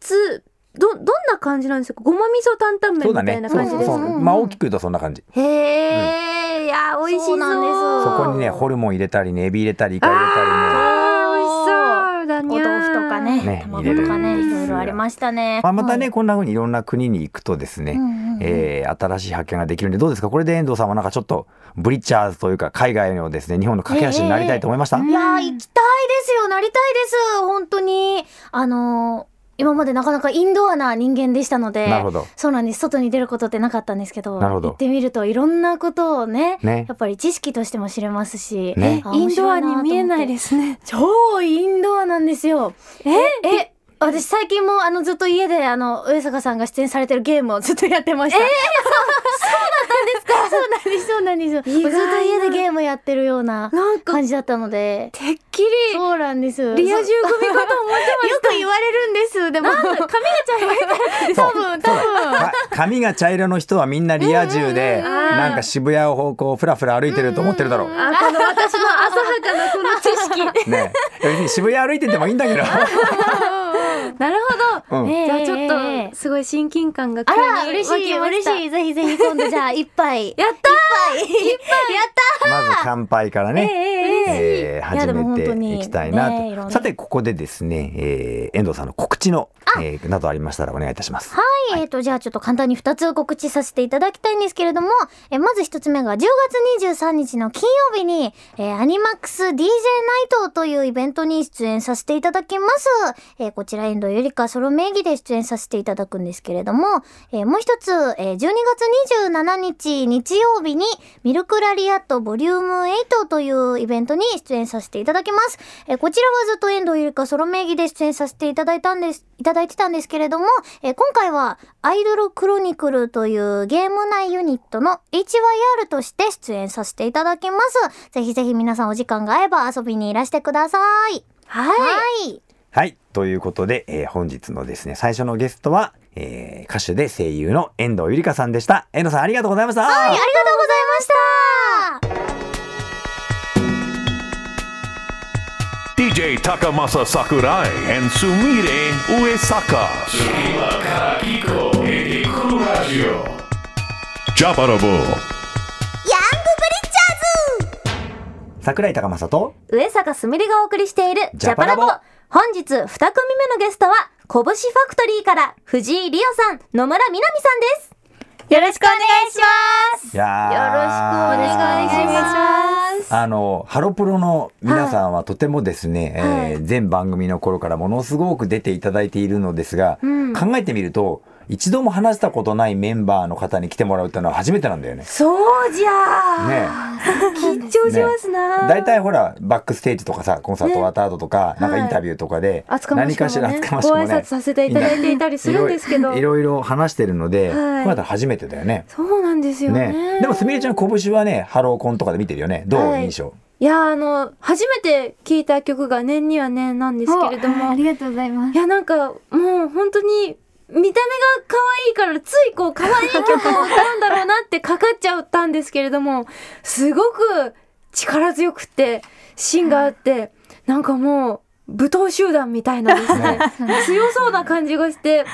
[SPEAKER 5] ツど、どんな感じなんですかごま味噌担々麺
[SPEAKER 4] そうだ
[SPEAKER 5] みたい
[SPEAKER 4] ね
[SPEAKER 5] な
[SPEAKER 4] そ
[SPEAKER 5] 感
[SPEAKER 4] う
[SPEAKER 5] じ
[SPEAKER 4] そ
[SPEAKER 5] で
[SPEAKER 4] う
[SPEAKER 5] す
[SPEAKER 4] そ
[SPEAKER 5] か
[SPEAKER 4] う、まあ大きく言うとそんな感じ
[SPEAKER 5] へえ、いや、美味しそう。
[SPEAKER 6] そうなんです
[SPEAKER 4] そこにねホルモン入れたりねエビ入れたりイカ入れたりね
[SPEAKER 5] あー美味しそうだ
[SPEAKER 6] お
[SPEAKER 5] にゃー
[SPEAKER 6] 豆腐とかね
[SPEAKER 4] ね
[SPEAKER 6] 卵
[SPEAKER 4] 入れ
[SPEAKER 6] とか
[SPEAKER 4] る
[SPEAKER 6] ね
[SPEAKER 4] んです
[SPEAKER 6] い
[SPEAKER 4] よ
[SPEAKER 6] ろいろありましたね。
[SPEAKER 4] まあ、またね、こんな風にいろんな国に行くとですね、えー新しい発見ができるんでどうですかこれで遠藤さんはなんかちょっとブリッチャーズというか海外のですね日本の架け橋になりたいと思いました、
[SPEAKER 6] いやー行きたいですよなりたいです本当にあのー今までなかなかインドアな人間でしたので
[SPEAKER 4] なるほど
[SPEAKER 6] そうなんです外に出ることってなかったんですけど
[SPEAKER 4] なるほど
[SPEAKER 6] 行ってみるといろんなことをね
[SPEAKER 4] ね
[SPEAKER 6] やっぱり知識としても知れますし、
[SPEAKER 4] ね
[SPEAKER 6] あ
[SPEAKER 5] インドアに見えない
[SPEAKER 6] 面
[SPEAKER 5] ですね。
[SPEAKER 6] 白いなと思って超インドアなんですよええ私最近もあのずっと家であの上坂さんが出演されてるゲームをずっとやってました。えそうなんですか。そうなんですそうなんですよ。
[SPEAKER 5] 意
[SPEAKER 6] ず
[SPEAKER 5] 外
[SPEAKER 6] っ
[SPEAKER 5] な
[SPEAKER 6] と家でゲームやってるような
[SPEAKER 5] なんか、
[SPEAKER 6] 感じだったので。
[SPEAKER 5] てっきり、
[SPEAKER 6] そうなんです。
[SPEAKER 5] リア充組かと思ってまし
[SPEAKER 6] よく言われるんです。 でも、髪が茶色い から。多分、多分。
[SPEAKER 4] か髪が茶色の人はみんなリア充でなんか渋谷を方向ふらふら歩いてると思ってるだろう、
[SPEAKER 5] た。あ、この私の浅はかなこの知 識。
[SPEAKER 4] ねえ別に渋谷歩いててもいいんだけど、
[SPEAKER 5] なるほど。
[SPEAKER 4] うん
[SPEAKER 5] じゃあ
[SPEAKER 6] ええ
[SPEAKER 5] ちょ
[SPEAKER 6] え
[SPEAKER 5] っ
[SPEAKER 6] え
[SPEAKER 5] と、すごい親近感が
[SPEAKER 6] あ
[SPEAKER 5] 急に
[SPEAKER 6] ら、嬉しい、
[SPEAKER 5] 湧きま
[SPEAKER 6] 嬉
[SPEAKER 5] た
[SPEAKER 6] しい。ぜひぜひ今度じゃあ、一杯。
[SPEAKER 5] やった
[SPEAKER 4] まず乾杯からね、
[SPEAKER 6] ええ
[SPEAKER 4] えー
[SPEAKER 6] いや
[SPEAKER 4] 始
[SPEAKER 6] でも本当
[SPEAKER 4] めて
[SPEAKER 6] に
[SPEAKER 4] いきたいなと、
[SPEAKER 6] ねいろんな
[SPEAKER 4] さてここでですね、えー遠藤さんの告知の、えーなどありましたらお願いいたします。
[SPEAKER 6] はい、えっ、と、じゃあちょっと簡単に2つ告知させていただきたいんですけれども、えまず1つ目が10月23日の金曜日に、えーアニマックス DJ ナイトというイベントに出演させていただきます。えーこちら遠藤ゆりかソロ名義で出演させていただくんですけれども、えーもう一つ、えー12月27日日曜日にミルクラリアットボリューム8というイベントに出演させていただきます。えーこちらはずっと遠藤ゆりかソロ名義で出演させていただいたんです、いただいてたんですけれども、えー今回はアイドルクロニクルというゲーム内ユニットの HYR として出演させていただきます。ぜひぜひ皆さんお時間が合えば遊びにいらしてください。はい。
[SPEAKER 4] はいということで、えー本日のですね最初のゲストは、えー歌手で声優の遠藤ゆりかさんでした。遠藤さんありがとうございました。
[SPEAKER 6] ありがとうございました
[SPEAKER 2] DJ Takamasa Sakurai and Sumire Uesaka.
[SPEAKER 1] 次はカピコエデクラジオ
[SPEAKER 2] Jabarabo.
[SPEAKER 4] 桜井高正と
[SPEAKER 3] 上坂すみれがお送りしている
[SPEAKER 4] ジ
[SPEAKER 3] ジ
[SPEAKER 4] ャ
[SPEAKER 3] ャパ
[SPEAKER 4] パ
[SPEAKER 3] ラ
[SPEAKER 4] ラボ
[SPEAKER 3] ボ本日2組目のゲストはこぶしファクトリーから藤井理央さん野村みなみさんですよろしくお願いします
[SPEAKER 4] いやよろしくお願いします。あのハロプロの皆さんはとてもですね、えー全番組の頃からものすごく出ていただいているのですが、考えてみると一度も話したことないメンバーの方に来てもらうっていうのは初めてなんだよね。
[SPEAKER 5] そうじゃ
[SPEAKER 4] ね
[SPEAKER 5] 緊張しますな
[SPEAKER 4] 大体ほらバックステージとかさコンサート終わった後とか、なんか
[SPEAKER 5] はい
[SPEAKER 4] インタビューとかで、
[SPEAKER 5] 厚かま
[SPEAKER 4] 何
[SPEAKER 5] しく
[SPEAKER 4] か
[SPEAKER 5] も
[SPEAKER 4] しら
[SPEAKER 5] ね
[SPEAKER 4] 厚か
[SPEAKER 5] ご
[SPEAKER 4] ましくもね
[SPEAKER 5] 挨拶させていただいていたりするんですけど
[SPEAKER 4] いろいろいろいろ話してるので、
[SPEAKER 5] はい
[SPEAKER 4] これだったら初めてだよね。
[SPEAKER 5] そうなんですよね
[SPEAKER 4] ね、でもすみれちゃん拳はねハローコンとかで見てるよねどう、
[SPEAKER 5] はい
[SPEAKER 4] 印象
[SPEAKER 5] いやあの初めて聞いた曲が念には念なんですけれども、い
[SPEAKER 6] がとうございます。
[SPEAKER 5] やなんかもう本当に見た目が可愛いからついこう可愛い曲を歌うんだろうなってかかっちゃったんですけれどもすごく力強くて芯があってなんかもう舞踏集団みたいなですね強そうな感じがして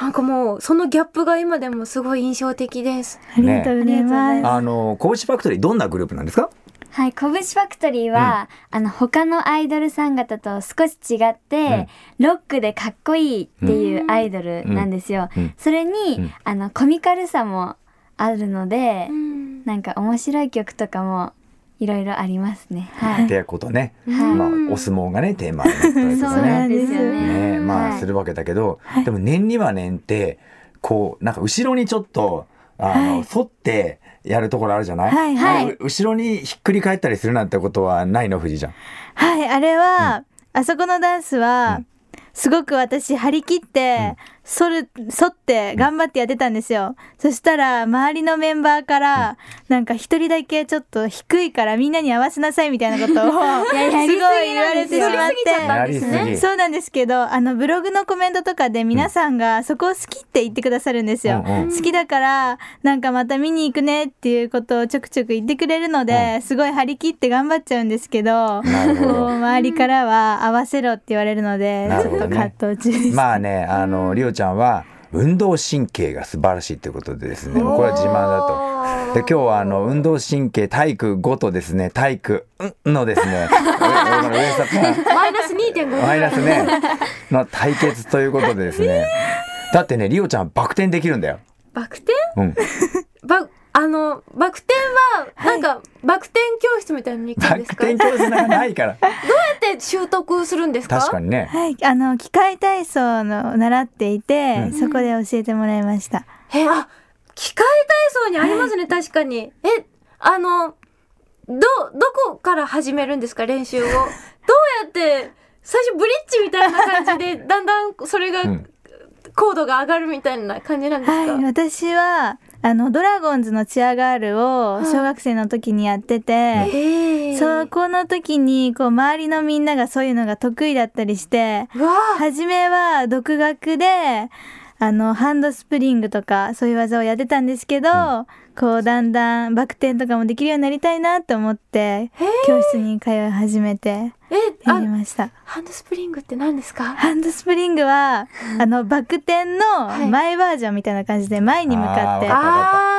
[SPEAKER 5] なんかもうそのギャップが今でもすごい印象的です。
[SPEAKER 7] ありがとうございます。
[SPEAKER 4] あの拳ファクトリーどんなグループなんですか
[SPEAKER 7] はい、拳ファクトリーは、あの他のアイドルさん方と少し違って、ロックでかっこいいっていうアイドルなんですよ。
[SPEAKER 4] うんうん
[SPEAKER 7] それに、
[SPEAKER 4] ん
[SPEAKER 7] あのコミカルさもあるので、
[SPEAKER 5] ん
[SPEAKER 7] なんか面白い曲とかもいろいろありますね。はい。
[SPEAKER 4] っ
[SPEAKER 7] はい
[SPEAKER 4] てことね、
[SPEAKER 7] はい
[SPEAKER 4] まあお相撲がねテーマだったりとかね
[SPEAKER 7] そうなんですよね。
[SPEAKER 4] ねま
[SPEAKER 7] は
[SPEAKER 4] あ
[SPEAKER 7] い
[SPEAKER 4] するわけだけど、でも年には年ってこうなんか後ろにちょっとあの、反ってやるところあるじゃない、
[SPEAKER 7] はいはい
[SPEAKER 4] あの後ろにひっくり返ったりするなんてことはないの藤井ちゃん。
[SPEAKER 7] はい、あれは、あそこのダンスは、すごく私張り切って、反る反って頑張ってやってたんですよ、そしたら周りのメンバーから、なんか一人だけちょっと低いからみんなに合わせなさいみたいなこと をすごい言われてしまっ
[SPEAKER 4] や
[SPEAKER 7] て
[SPEAKER 4] りすぎ。
[SPEAKER 7] そうなんですけどあのブログのコメントとかで皆さんがそこを好きって言ってくださるんですよ、
[SPEAKER 4] うんうん
[SPEAKER 7] 好きだからなんかまた見に行くねっていうことをちょくちょく言ってくれるので、すごい張り切って頑張っちゃうんですけど
[SPEAKER 4] なるほど
[SPEAKER 7] こう周りからは合わせろって言われるので
[SPEAKER 4] な
[SPEAKER 7] ち
[SPEAKER 4] るほ
[SPEAKER 7] ょっ
[SPEAKER 4] ど
[SPEAKER 7] と
[SPEAKER 4] ね
[SPEAKER 7] 葛藤中です、
[SPEAKER 4] まあねあのりょのちゃんは運動神経が素晴らしいということでですね、もうこれは自慢だと。で今日はあの運動神経体育5とですね体育んのですねおお上坂
[SPEAKER 5] マイナス2.5
[SPEAKER 4] マイナスねの対決ということでですね、だってねリオちゃんバク転できるんだよ。
[SPEAKER 5] バク転
[SPEAKER 4] うん、
[SPEAKER 5] ばあのバク転はなんか、バク転教室みたいなのに行くん
[SPEAKER 4] バク
[SPEAKER 5] ですか
[SPEAKER 4] 転教室なんかないから
[SPEAKER 5] って習得するんですか
[SPEAKER 4] 確かにね
[SPEAKER 7] はい、あの機械体操の習っていて、
[SPEAKER 4] うん
[SPEAKER 7] そこで教えてもらいました。
[SPEAKER 5] えあ機械体操にありますね確かにえあのどどこから始めるんですか練 習をどうやって最初ブリッジみたいな感じ でだんだんそれが、
[SPEAKER 4] ん
[SPEAKER 5] 高度が上がるみたいな感じなんですか、
[SPEAKER 7] はい、私はあのドラゴンズのチアガールを小学生の時にやってて、
[SPEAKER 5] ええ
[SPEAKER 7] そこの時にこう周りのみんながそういうのが得意だったりして、
[SPEAKER 5] うわあ
[SPEAKER 7] 初めは独学であのハンドスプリングとかそういう技をやってたんですけど、こうだんだんバク転とかもできるようになりたいなと思って教室に通い始めて
[SPEAKER 5] え
[SPEAKER 7] や
[SPEAKER 5] あ
[SPEAKER 7] りました
[SPEAKER 5] ハンドスプリングって何ですか
[SPEAKER 7] ハンドスプリングはあのバク転の前バージョンみたいな感じで前に向かって
[SPEAKER 4] あ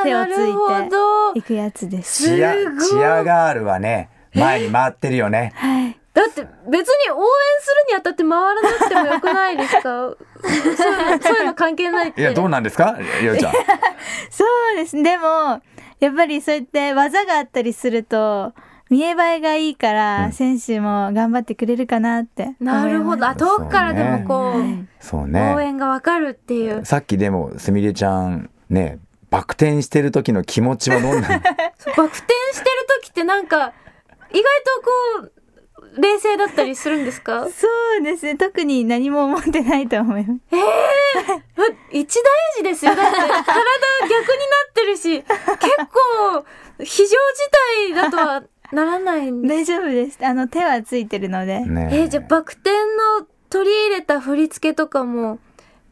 [SPEAKER 5] あー
[SPEAKER 7] 手をついて
[SPEAKER 5] なるほど
[SPEAKER 7] いくやつです。
[SPEAKER 4] チア
[SPEAKER 5] すごい
[SPEAKER 4] チアガールはね前に回ってるよね。
[SPEAKER 7] はい、
[SPEAKER 5] だって別に応援するにあたって回らなくてもよくないですか そうそういうの関係ないって
[SPEAKER 4] いやどうなんですかリオちゃん。
[SPEAKER 7] そうですねでもやっぱりそうやって技があったりすると見栄えがいいから、選手も頑張ってくれるかなって思います
[SPEAKER 5] なるほどあ遠くからでもこう
[SPEAKER 4] そう
[SPEAKER 5] 応
[SPEAKER 4] ね
[SPEAKER 5] 援がわかるっていう
[SPEAKER 4] さっきでもすみれちゃんねバク転してる時の気持ちはどんな
[SPEAKER 5] バク転してる時ってなんか意外とこう冷静だったりするんです か
[SPEAKER 7] そうですね特に何も思ってないと思います
[SPEAKER 5] うわ一大事ですよだって体逆になってる し結構非常事態だとはならないんで
[SPEAKER 7] 大丈夫ですあの手はついてるので、
[SPEAKER 4] ね
[SPEAKER 5] えーじゃあバク転の取り入れた振り付けとかも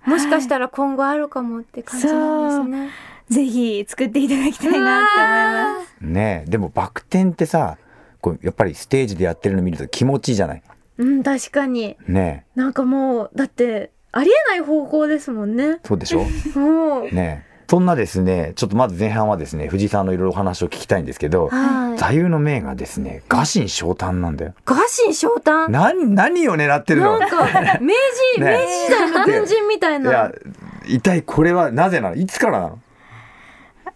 [SPEAKER 5] もしかしたら今後あるかもって感じなんですね。
[SPEAKER 7] ぜひ作っていただきたいなって思います
[SPEAKER 4] ねでもバク転ってさこうやっぱりステージでやってるの見ると気持ちいいじゃない
[SPEAKER 5] うん確かに
[SPEAKER 4] ね
[SPEAKER 5] なんかもうだってありえない方向ですもんね。
[SPEAKER 4] そう でしょ
[SPEAKER 5] もう
[SPEAKER 4] ねそんなですねちょっとまず前半はですね藤井さんのいろいろお話を聞きたいんですけど、
[SPEAKER 5] はい。
[SPEAKER 4] 座右の銘がですね臥薪嘗胆なんだよ
[SPEAKER 5] ガシン昇胆
[SPEAKER 4] 何何を狙ってるの
[SPEAKER 5] なんか明治、
[SPEAKER 4] ね
[SPEAKER 5] 明治時代の軍人みたい
[SPEAKER 4] い
[SPEAKER 5] な。
[SPEAKER 4] や一体これはなぜなのいつからなの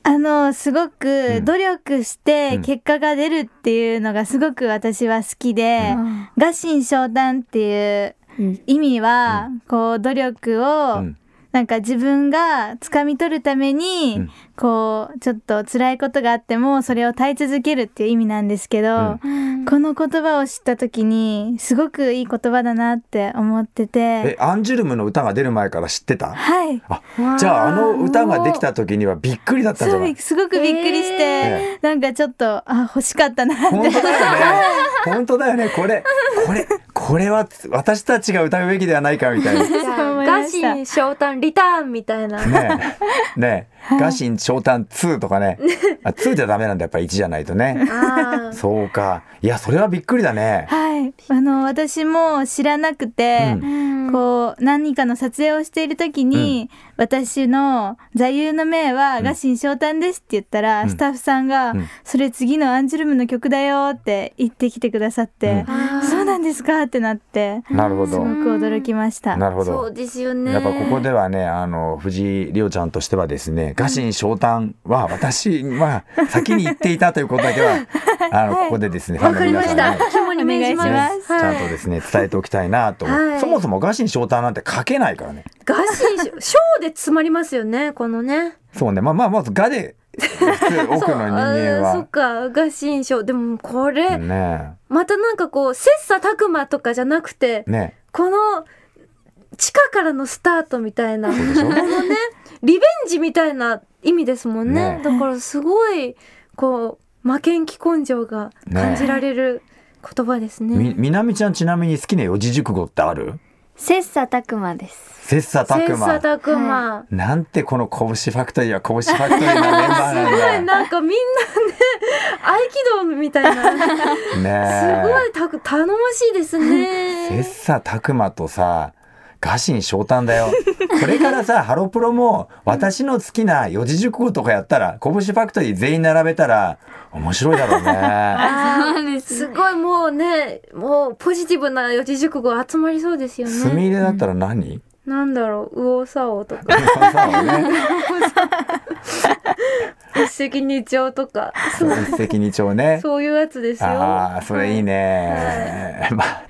[SPEAKER 7] あのすご
[SPEAKER 4] う
[SPEAKER 7] く
[SPEAKER 4] ん
[SPEAKER 7] 努力して
[SPEAKER 4] うん
[SPEAKER 7] 結果が出るっていうのがすごく私は好きで「臥薪嘗胆」っていう意味は、こう努力を、
[SPEAKER 4] うん
[SPEAKER 7] なんか自分が掴み取るために、
[SPEAKER 4] うん
[SPEAKER 7] こうちょっと辛いことがあってもそれを耐え続けるっていう意味なんですけど、この言葉を知った時にすごくいい言葉だなって思って
[SPEAKER 4] え
[SPEAKER 7] て
[SPEAKER 4] アンジュルムの歌が出る前から知ってた
[SPEAKER 7] はい
[SPEAKER 4] あじゃああの歌ができた時にはびっくりだったんじ
[SPEAKER 7] そ
[SPEAKER 4] ゃな
[SPEAKER 7] う
[SPEAKER 4] い
[SPEAKER 7] すごくびっくりして、
[SPEAKER 4] え
[SPEAKER 7] なんかちょっとあ欲しかったなって
[SPEAKER 4] 本当だよね 本当だよねこれこれこれは私たちが歌うべきではないかみたいな
[SPEAKER 5] じゃあ
[SPEAKER 7] そう思いま
[SPEAKER 5] ガ
[SPEAKER 7] し
[SPEAKER 5] シ
[SPEAKER 7] た
[SPEAKER 5] ン昇胆リターンみたいな。
[SPEAKER 4] ねえねえ「ガシン長短2」とかねあ2じゃダメなんだやっぱり1じゃないとね
[SPEAKER 5] あー
[SPEAKER 4] そうかいやそれはびっくりだね
[SPEAKER 7] はい、あの私も知らなくて、
[SPEAKER 4] う
[SPEAKER 7] こう何かの撮影をしている時に、私の座右の銘は「臥薪嘗胆です」って言ったら、
[SPEAKER 4] ん
[SPEAKER 7] スタッフさんが、
[SPEAKER 4] ん
[SPEAKER 7] それ次のアンジュルムの曲だよ」って言ってきてくださって「そうなんですか」ってなって
[SPEAKER 4] なるほ
[SPEAKER 7] す
[SPEAKER 4] ど
[SPEAKER 7] ごく驚きました。
[SPEAKER 4] なるほ
[SPEAKER 5] そ
[SPEAKER 4] ど
[SPEAKER 5] うですよね。
[SPEAKER 4] やっぱここではねあの藤井莉央ちゃんとしてはですね「臥薪嘗胆」は私は先に言っていたということだけはあのここでですねファンの皆さんにね
[SPEAKER 5] 肝に銘じ
[SPEAKER 7] お願
[SPEAKER 5] ます。
[SPEAKER 7] いしま
[SPEAKER 4] ねちゃんとですね伝えておきたいなと思う、
[SPEAKER 5] はい
[SPEAKER 4] そもそも臥薪嘗胆なんて書けないからね
[SPEAKER 5] ガシン昇昇で詰まりますよねこのね。
[SPEAKER 4] そうねまあまあまず「が」で普通奥の人間
[SPEAKER 5] あーそ
[SPEAKER 4] は
[SPEAKER 5] っかが新章でもこれ、
[SPEAKER 4] ね
[SPEAKER 5] またなんかこう切磋琢磨とかじゃなくて
[SPEAKER 4] えね
[SPEAKER 5] この地下からのスタートみたいなこ
[SPEAKER 4] えでしょ
[SPEAKER 5] のねリベンジみたいな意味ですもんね
[SPEAKER 4] ね
[SPEAKER 5] だからすごいこう負けん気根性が感じられる言葉ですね
[SPEAKER 4] みみなみちゃんちなみに好きな四字熟語ってある
[SPEAKER 6] 切磋琢磨です。
[SPEAKER 4] 切磋
[SPEAKER 5] 切磋
[SPEAKER 4] 琢磨
[SPEAKER 5] 琢磨、
[SPEAKER 4] なんてこの拳ファクトリーは拳ファクトリーなメンバーなんだ
[SPEAKER 5] なんかみんなね合気道みたいなす
[SPEAKER 4] ねえ
[SPEAKER 5] ごいた頼もしいですね
[SPEAKER 4] 切磋琢磨とさ「ガシン昇胆だよ。これからさ、ハロプロも、私の好きな四字熟語とかやったら、拳ファクトリー全員並べたら、面白いだろうね。
[SPEAKER 5] すごいもうねもうポジティブな四字熟語集まりそうですよ
[SPEAKER 4] ス
[SPEAKER 5] ね
[SPEAKER 4] ミレだったら何
[SPEAKER 5] なんだろう右往左往とか 一石二鳥とか
[SPEAKER 4] そう一石二鳥ね。
[SPEAKER 5] そういうやつですよ
[SPEAKER 4] ああ、それいいね。まあ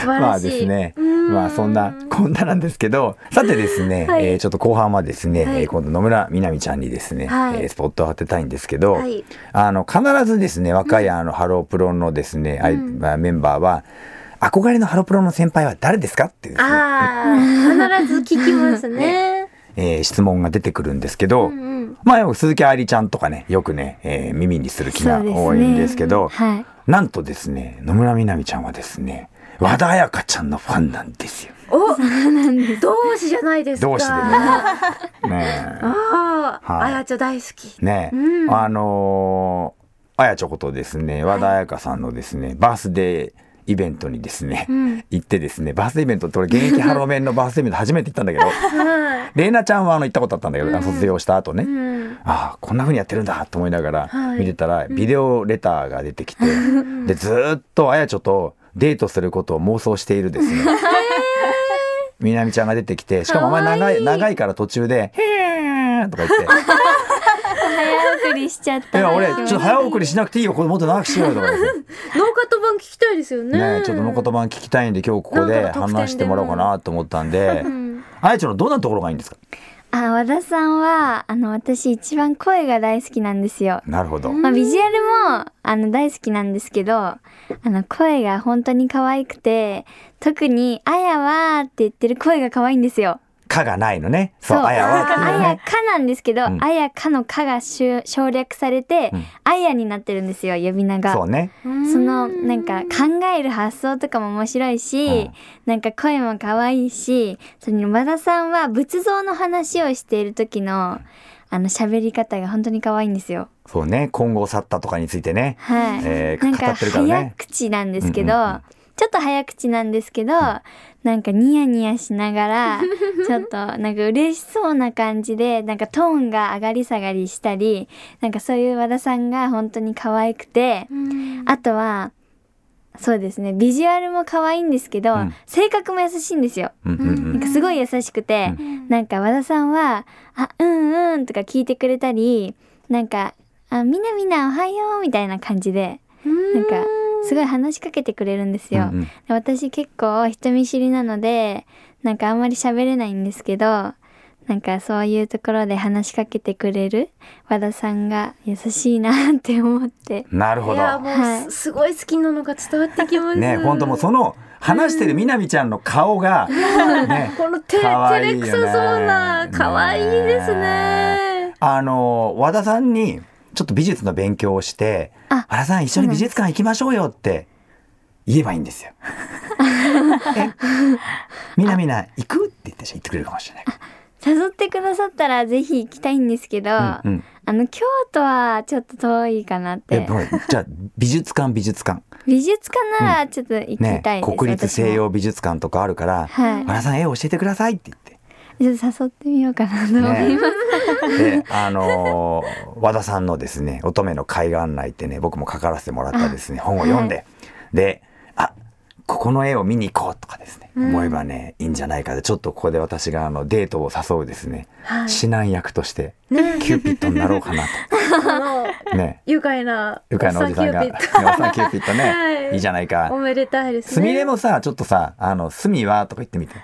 [SPEAKER 5] 素晴
[SPEAKER 4] ま
[SPEAKER 5] ら
[SPEAKER 4] あ
[SPEAKER 5] しい、
[SPEAKER 4] ですね、まあそんなこんななんですけど、さてです ね、
[SPEAKER 5] はい
[SPEAKER 4] えーちょっと後半はですね、
[SPEAKER 5] はい
[SPEAKER 4] えー今度野村みなみちゃんにですね、
[SPEAKER 5] はい
[SPEAKER 4] えースポットを当てたいんですけど、
[SPEAKER 5] はい
[SPEAKER 4] あの必ずですね若いあのハロープロのですね、あいまあメンバーは憧れのハロプロの先輩は誰ですかっていうですね、
[SPEAKER 5] ああ必ず聞きます ね
[SPEAKER 4] えー質問が出てくるんですけど、まあよく鈴木愛理ちゃんとかねよくね、えー耳にする気が多いんですけど
[SPEAKER 8] はい。
[SPEAKER 4] なんとですね野村みなみちゃんはですね和田彩香ちゃんのファンなんで すよ。
[SPEAKER 5] 同志じゃないですか
[SPEAKER 4] 同士でね。ね
[SPEAKER 5] ああ、
[SPEAKER 4] はい
[SPEAKER 5] あやちゃん大好き
[SPEAKER 4] え。ねえ、あのーあやちょことですね、和田彩香さんのですね、バースデー、イベントにですね、行ってですねバースデーイベントって俺現役ハローメンのバースデーイベント初めて行ったんだけど玲奈ちゃんはあの行ったことあったんだけど、卒業した後ね、ああこんな風にやってるんだと思いながら見てたら、ビデオレターが出てきて、でずーっとあやちょとデートすることを妄想しているですね。みなみちゃんが出てきてしかもお前長い長いから途中で「へーとか言って
[SPEAKER 8] 早送りしちゃっ
[SPEAKER 4] い
[SPEAKER 8] た。
[SPEAKER 4] や俺ちょっと早送りしなくていいよこれもっと長くしようよとかですね
[SPEAKER 5] ノーカット版聞きたいですよね
[SPEAKER 4] ねえちょっとの言葉聞きたいんで今日ここで
[SPEAKER 5] なんかの特典でも
[SPEAKER 4] 話してもらおうかなと思ったんで、あやちゃんのどんなところがいいんですか
[SPEAKER 8] あ、和田さんは、あの、私一番声が大好きなんですよ。
[SPEAKER 4] なるほど、
[SPEAKER 8] まあ、ビジュアルも、あの、大好きなんですけど、あの、声が本当に可愛くて、特に、あやはって言ってる声が可愛いんですよ。
[SPEAKER 4] かがないのねそうあやはって
[SPEAKER 8] あ
[SPEAKER 4] いう
[SPEAKER 8] や
[SPEAKER 4] ね
[SPEAKER 8] かなんですけど、
[SPEAKER 4] ん
[SPEAKER 8] あやかのかがしゅ省略されて、あやになってるんですよ、呼び名が。
[SPEAKER 4] そうね
[SPEAKER 8] そのなんか考える発想とかも面白いし、
[SPEAKER 4] うん
[SPEAKER 8] なんか声も可愛いしそれに和田さんは仏像の話をしている時のあの喋り方が本当に可愛いんですよ。
[SPEAKER 4] そうね今後去ったとかについてね、
[SPEAKER 8] はい、
[SPEAKER 4] えー
[SPEAKER 8] なん
[SPEAKER 4] 語
[SPEAKER 8] か
[SPEAKER 4] ってるからね
[SPEAKER 8] 早口なんですけど、
[SPEAKER 4] うんうんうん
[SPEAKER 8] ちょっと早口なんですけど、なんかニヤニヤしなが らちょっとなんか嬉しそうな感じでなんかトーンが上がり下がりしたりなんかそういう和田さんが本当に可愛くて、あとはそうですねビジュアルも可愛いんですけど、
[SPEAKER 4] うん
[SPEAKER 8] 性格も優しいんですよ。
[SPEAKER 4] うんうんうん
[SPEAKER 8] なんかすごい優しくて、なんか和田さんは「あうんうん」とか聞いてくれたりなんか「あみなみなおはよう」みたいな感じでなんかすごい話しかけてくれるんですよ。
[SPEAKER 4] うんうん
[SPEAKER 8] で私結構人見知りなのでなんかあんまり喋れないんですけどなんかそういうところで話しかけてくれる和田さんが優しいなって思って。
[SPEAKER 4] なるほ
[SPEAKER 5] いや
[SPEAKER 4] ど
[SPEAKER 5] もうす,、
[SPEAKER 8] はい
[SPEAKER 5] ごい好きなのが伝わってきます
[SPEAKER 4] ね本当もうその話してるみなみちゃんの顔が、ね
[SPEAKER 5] このて
[SPEAKER 4] 可愛いよ
[SPEAKER 5] 照れ
[SPEAKER 4] ね
[SPEAKER 5] くさそうな可愛いです ね
[SPEAKER 4] あの和田さんにちょっと美術の勉強をして「
[SPEAKER 8] あ
[SPEAKER 4] 和田さん一緒に美術館行きましょうよ」って言えばいいんです よ。えみなみな行くって言って言ってくれるかもしれないか
[SPEAKER 8] 誘ってくださったらぜひ行きたいんですけど、
[SPEAKER 4] ら。うんうん
[SPEAKER 8] あの京都はちょっと遠いかなっ
[SPEAKER 4] え
[SPEAKER 8] て
[SPEAKER 4] ほらじゃあ美術館美術館
[SPEAKER 8] 美術館ならちょっと行きた
[SPEAKER 4] ね
[SPEAKER 8] いです、
[SPEAKER 4] 国立西
[SPEAKER 8] 私も
[SPEAKER 4] 洋美術館とかあるから「
[SPEAKER 8] はい
[SPEAKER 4] 和田さん絵を教えてください」って言って。
[SPEAKER 8] ちょっと誘ってみようかなと思います、
[SPEAKER 4] ね、であのー和田さんのですね「乙女の海岸内」ってね僕も書からせてもらったですね本を読んで、であここの絵を見に行こうとかですね、思えばねいいんじゃないかでちょっとここで私があのデートを誘うですね、指南役としてキューピッドになろうかな
[SPEAKER 5] あの
[SPEAKER 4] と、ね
[SPEAKER 5] 愉快な
[SPEAKER 4] 愉快なおじさんが「ね
[SPEAKER 5] おっ
[SPEAKER 4] おっ
[SPEAKER 5] さんキューピッド
[SPEAKER 4] さんキューピッドね、
[SPEAKER 5] はい
[SPEAKER 4] い、いじゃない
[SPEAKER 5] お
[SPEAKER 4] か」
[SPEAKER 5] めでたいですね
[SPEAKER 4] すみれもさちょっとさ「あのすみは?」とか言ってみて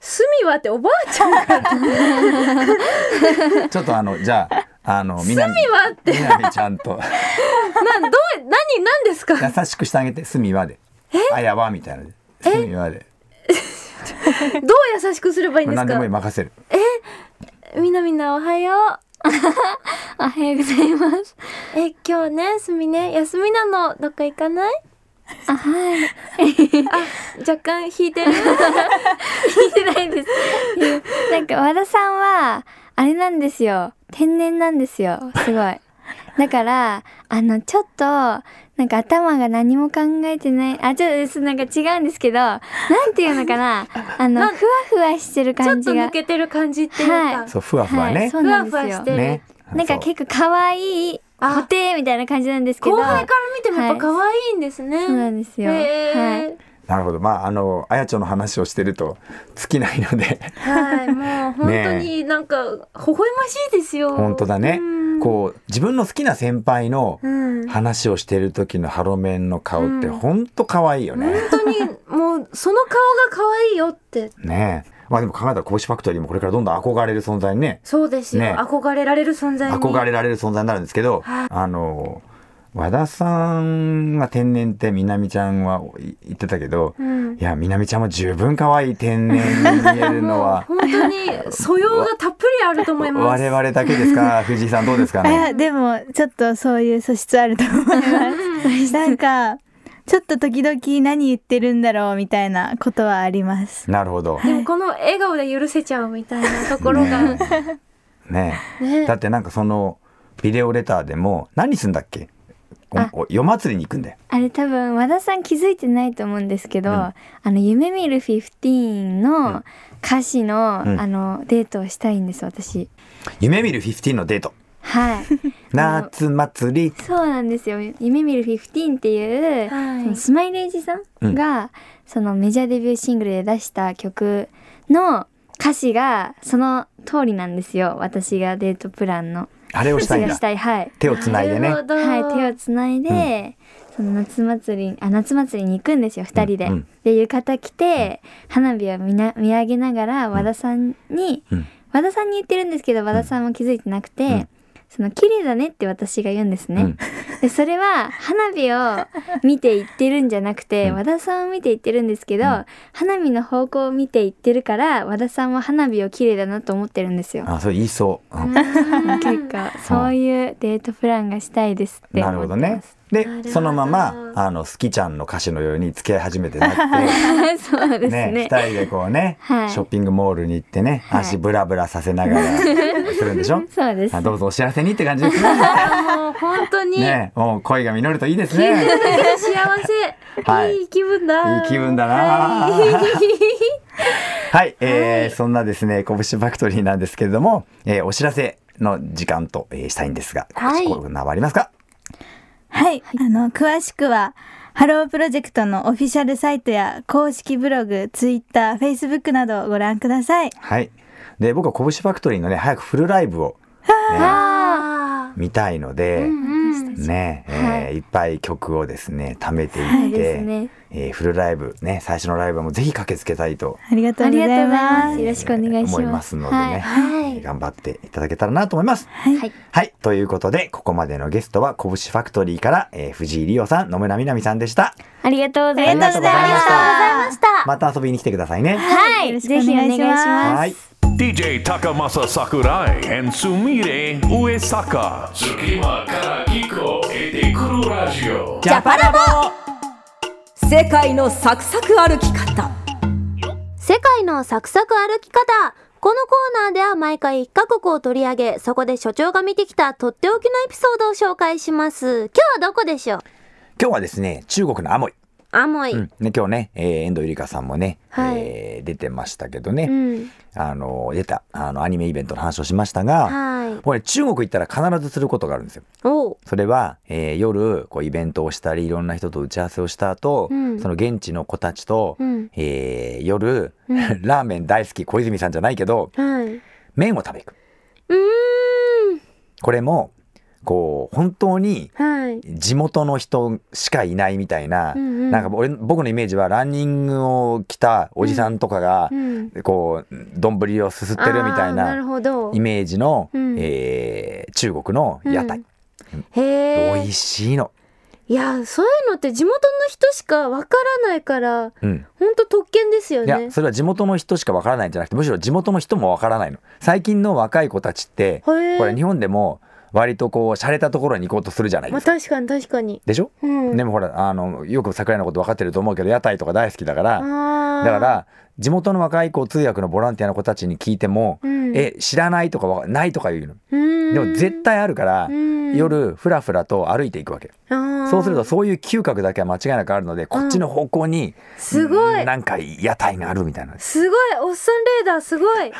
[SPEAKER 5] すみはっておばあちゃんが
[SPEAKER 4] ちょっとあのじゃああのみなみ
[SPEAKER 5] みはって
[SPEAKER 4] みなみちゃんと。
[SPEAKER 5] なんどう何何です か
[SPEAKER 4] 優しくしてあげて「すみは」で「あやは」みたいなので「すみは」で
[SPEAKER 5] どう優しくすればいいんです
[SPEAKER 4] 何でもいい
[SPEAKER 5] か
[SPEAKER 4] 任せる
[SPEAKER 5] みなみんなおはよ
[SPEAKER 8] おはようございます
[SPEAKER 5] うえ今日ねすみね休みなのどっか行かないあはいあ若干引い てる
[SPEAKER 8] 聞いてないです なんか和田さんはあれなん ですよ天然なんですよすごいだからあのちょっとなんか頭が何も考えてない。あ、ちょっと、なんか違うんですけど、なんていうの かな。あの、ふわふわしてる
[SPEAKER 5] ちょ
[SPEAKER 8] 感
[SPEAKER 5] っと
[SPEAKER 8] じが。
[SPEAKER 5] 抜けてる感じっていうか、
[SPEAKER 8] はい
[SPEAKER 4] そうふわふわ
[SPEAKER 8] はい、
[SPEAKER 4] ね
[SPEAKER 8] そ。うなんですよ。
[SPEAKER 5] ふわふわしてる
[SPEAKER 4] ね。
[SPEAKER 8] なんか結構可愛い、固定みたいな感じなんですけど。
[SPEAKER 5] 後輩から見てもやっぱ可愛いんですね、
[SPEAKER 8] そうなんですよ。はい。
[SPEAKER 5] へ
[SPEAKER 4] なるほど。まああのあやちょの話をしてると尽きないの
[SPEAKER 5] ー
[SPEAKER 4] で
[SPEAKER 5] はい、もう本当になんか微笑ましいですよ。
[SPEAKER 4] 本当だね
[SPEAKER 5] うん。
[SPEAKER 4] こう自分の好きな先輩の
[SPEAKER 5] うん
[SPEAKER 4] 話をしてる時のハロメンの顔って本当可愛いよね。
[SPEAKER 5] 本当にもうその顔が可愛いよって。
[SPEAKER 4] ねえ。まあでも考えたらコーシファクトリーもこれからどんどん憧れる存在にね、
[SPEAKER 5] そうですよ。
[SPEAKER 4] ね
[SPEAKER 5] 憧れられる存在に。、
[SPEAKER 4] 憧れられる存在になるんですけど、あの、和田さんが天然ってみなみちゃんはい言ってたけど、いや、みなみちゃんも十分可愛い天然に見えるのは
[SPEAKER 5] 本当に素養がたっぷりあると 思います。
[SPEAKER 4] 我々だけですか藤井さんどうですか
[SPEAKER 7] い
[SPEAKER 4] ね
[SPEAKER 7] やでもちょっとそういう素質あると思います。なんかちょっと時々何言ってるんだろうみたいなことはあります。
[SPEAKER 4] なるほど。
[SPEAKER 5] でもこの笑顔で許せちゃうみたいなところが。
[SPEAKER 4] ねえねえだってなんかそのビデオレターでも何すんだっけおお夜祭りに行くんだよ。
[SPEAKER 8] あれ多分和田さん気づいてないと思うんですけど、あの夢見る15の歌詞の、
[SPEAKER 4] うん
[SPEAKER 8] あのデートをしたいんです私。
[SPEAKER 4] 夢見る15のデート。
[SPEAKER 8] はい。
[SPEAKER 4] 夏祭り。
[SPEAKER 8] そうなんですよ。夢見る15っていう、そのスマイレージさんが、そのメジャーデビューシングルで出した曲の歌詞がその通りなんですよ。私がデートプランの。
[SPEAKER 4] あれをしたい
[SPEAKER 8] 私
[SPEAKER 4] ん
[SPEAKER 8] が
[SPEAKER 4] だ
[SPEAKER 8] し。たい。はい。
[SPEAKER 4] 手をつないでね。
[SPEAKER 5] なるほど
[SPEAKER 8] はい、手をつないで、その夏祭りあ夏祭りに行くんですよ2人で。
[SPEAKER 4] うんうん
[SPEAKER 8] で浴衣着て、花火を見な見上げながら和田さんに、
[SPEAKER 4] うん
[SPEAKER 8] 和田さんに言ってるんですけど和田さんも気づいてなくて。
[SPEAKER 4] うん
[SPEAKER 8] その綺麗だねって私が言うんですね、
[SPEAKER 4] うん
[SPEAKER 8] でそれは花火を見て言ってるんじゃなくて、和田さんを見て言ってるんですけど、花火の方向を見て言ってるから和田さんは花火を綺麗だなと思ってるんですよ
[SPEAKER 4] あ、それ言いそう。うん
[SPEAKER 8] 結構そういうデートプランがしたいですって
[SPEAKER 4] なる
[SPEAKER 8] 思
[SPEAKER 4] ほ
[SPEAKER 8] って
[SPEAKER 4] ど
[SPEAKER 8] ます。
[SPEAKER 4] ね。で、そのまま、あの、好きちゃんの歌手のように付き合い始めてなっ
[SPEAKER 8] そうで
[SPEAKER 4] て、
[SPEAKER 8] すね
[SPEAKER 4] ね、二人でこうね、
[SPEAKER 8] はい
[SPEAKER 4] ショッピングモールに行ってね、
[SPEAKER 8] はい
[SPEAKER 4] 足ブラブラさせながら、するんでしょ
[SPEAKER 8] そうです
[SPEAKER 4] あどうぞお幸せにって感じですね。
[SPEAKER 5] もう本当に
[SPEAKER 4] ね、もう恋が実るといいですね。
[SPEAKER 5] 幸
[SPEAKER 4] は
[SPEAKER 5] せ。
[SPEAKER 4] い
[SPEAKER 5] いい気分だ。
[SPEAKER 4] いい気分だな。 はい、えーそんなですね、こぶしファクトリーなんですけれども、えーお知らせの時間と、えーしたいんですが、こ
[SPEAKER 6] はい
[SPEAKER 4] こコーナーはありますか
[SPEAKER 7] はい、あの詳しくはハロープロジェクトのオフィシャルサイトや公式ブログ、ツイッター、フェイスブックなどをご覧ください。
[SPEAKER 4] はい。で、僕はこぶしファクトリーのね、早くフルライブを、ね見たいので、ね、えーい、っぱい曲をですね、貯めていって、
[SPEAKER 8] ね
[SPEAKER 4] えーフルライブ、ね、最初のライブはもうぜひ駆けつけたいと
[SPEAKER 7] ありがとうございます。
[SPEAKER 8] よろしくお願いします
[SPEAKER 4] 思いますのでね、えー頑張っていただけたらなと思います。はいい。ということで、ここまでのゲストは、こぶしファクトリーから、えー藤井理央さん、野村みなみさんでした。
[SPEAKER 8] ありがとうござ
[SPEAKER 4] あ
[SPEAKER 8] い
[SPEAKER 4] り
[SPEAKER 8] ま
[SPEAKER 4] が
[SPEAKER 8] す
[SPEAKER 4] とうございました。
[SPEAKER 6] ました。
[SPEAKER 4] また遊びに来てくださいね。
[SPEAKER 8] は
[SPEAKER 7] よろ
[SPEAKER 8] い
[SPEAKER 7] しくお
[SPEAKER 8] ぜ
[SPEAKER 7] 願い
[SPEAKER 8] ひお願いし
[SPEAKER 7] します
[SPEAKER 8] ます
[SPEAKER 4] はい。
[SPEAKER 2] DJ Takamasa Sakurai and Sumire Uesaka.
[SPEAKER 9] 隙間から聞こえてくるラジオ
[SPEAKER 4] ジャパラボ
[SPEAKER 10] 世界のサクサク歩き方
[SPEAKER 6] 世界のサクサク歩き方このコーナーでは毎回1カ国を取り上げそこで所長が見てきたとっておきのエピソードを紹介します今日はどこでしょう
[SPEAKER 4] 今日はですね、中国のアモイ。
[SPEAKER 6] アモイ、
[SPEAKER 4] うん。ね、今日ね、えー、遠藤ゆりかさんもね、
[SPEAKER 6] はい
[SPEAKER 4] えー出てましたけどね、
[SPEAKER 6] うん
[SPEAKER 4] あの、出た、あの、アニメイベントの話をしましたが、
[SPEAKER 6] はい
[SPEAKER 4] これ中国行ったら必ずすることがあるんですよ。
[SPEAKER 6] おう
[SPEAKER 4] それは、えー夜こうイベントをしたりいろんな人と打ち合わせをした後、
[SPEAKER 6] うん
[SPEAKER 4] その現地の子たちと、
[SPEAKER 6] うん
[SPEAKER 4] えー夜、 ラーメン大好き小泉さんじゃないけど
[SPEAKER 6] はいうん
[SPEAKER 4] 麺を食べに行くこれもこう本当に
[SPEAKER 6] はい
[SPEAKER 4] 地元の人しかいないみたいな、
[SPEAKER 6] うんうん
[SPEAKER 4] なんか俺僕のイメージはランニングを着たおじさんとかが、
[SPEAKER 6] うん
[SPEAKER 4] こう丼をすすってるみたい
[SPEAKER 6] あーなる
[SPEAKER 4] な
[SPEAKER 6] ほど
[SPEAKER 4] イメージの、
[SPEAKER 6] うん
[SPEAKER 4] えー中国の屋台、
[SPEAKER 6] へ
[SPEAKER 4] 美味
[SPEAKER 6] え
[SPEAKER 4] しいの。
[SPEAKER 6] いやそういうのって地元の人しかわからないから
[SPEAKER 4] うん
[SPEAKER 6] ほんと特権ですよ
[SPEAKER 4] いや
[SPEAKER 6] ね
[SPEAKER 4] それは地元の人しかわからないんじゃなくてむしろ地元の人もわからないの最近の若い子たちって
[SPEAKER 6] へ
[SPEAKER 4] こ
[SPEAKER 6] ー
[SPEAKER 4] れ日本でも割とこう洒落たところに行こうとするじゃない
[SPEAKER 6] ま
[SPEAKER 4] で
[SPEAKER 6] あ
[SPEAKER 4] すか、
[SPEAKER 6] 確かに確かに
[SPEAKER 4] でしょ、
[SPEAKER 6] うん
[SPEAKER 4] でもほらあのよく桜井のこと分かってると思うけど屋台とか大好きだから
[SPEAKER 6] あ
[SPEAKER 4] だ
[SPEAKER 6] ー
[SPEAKER 4] から地元の若い子通訳のボランティアの子たちに聞いても、
[SPEAKER 6] うん
[SPEAKER 4] え知らないとかわないとか言うのでも絶対あるから夜ふらふらと歩いていくわけそうするとそういう嗅覚だけは間違いなくあるのでこっちの方向に
[SPEAKER 5] すごい
[SPEAKER 4] うんなんか屋台があるみたいな
[SPEAKER 5] すごいおっさんレーダーす ごい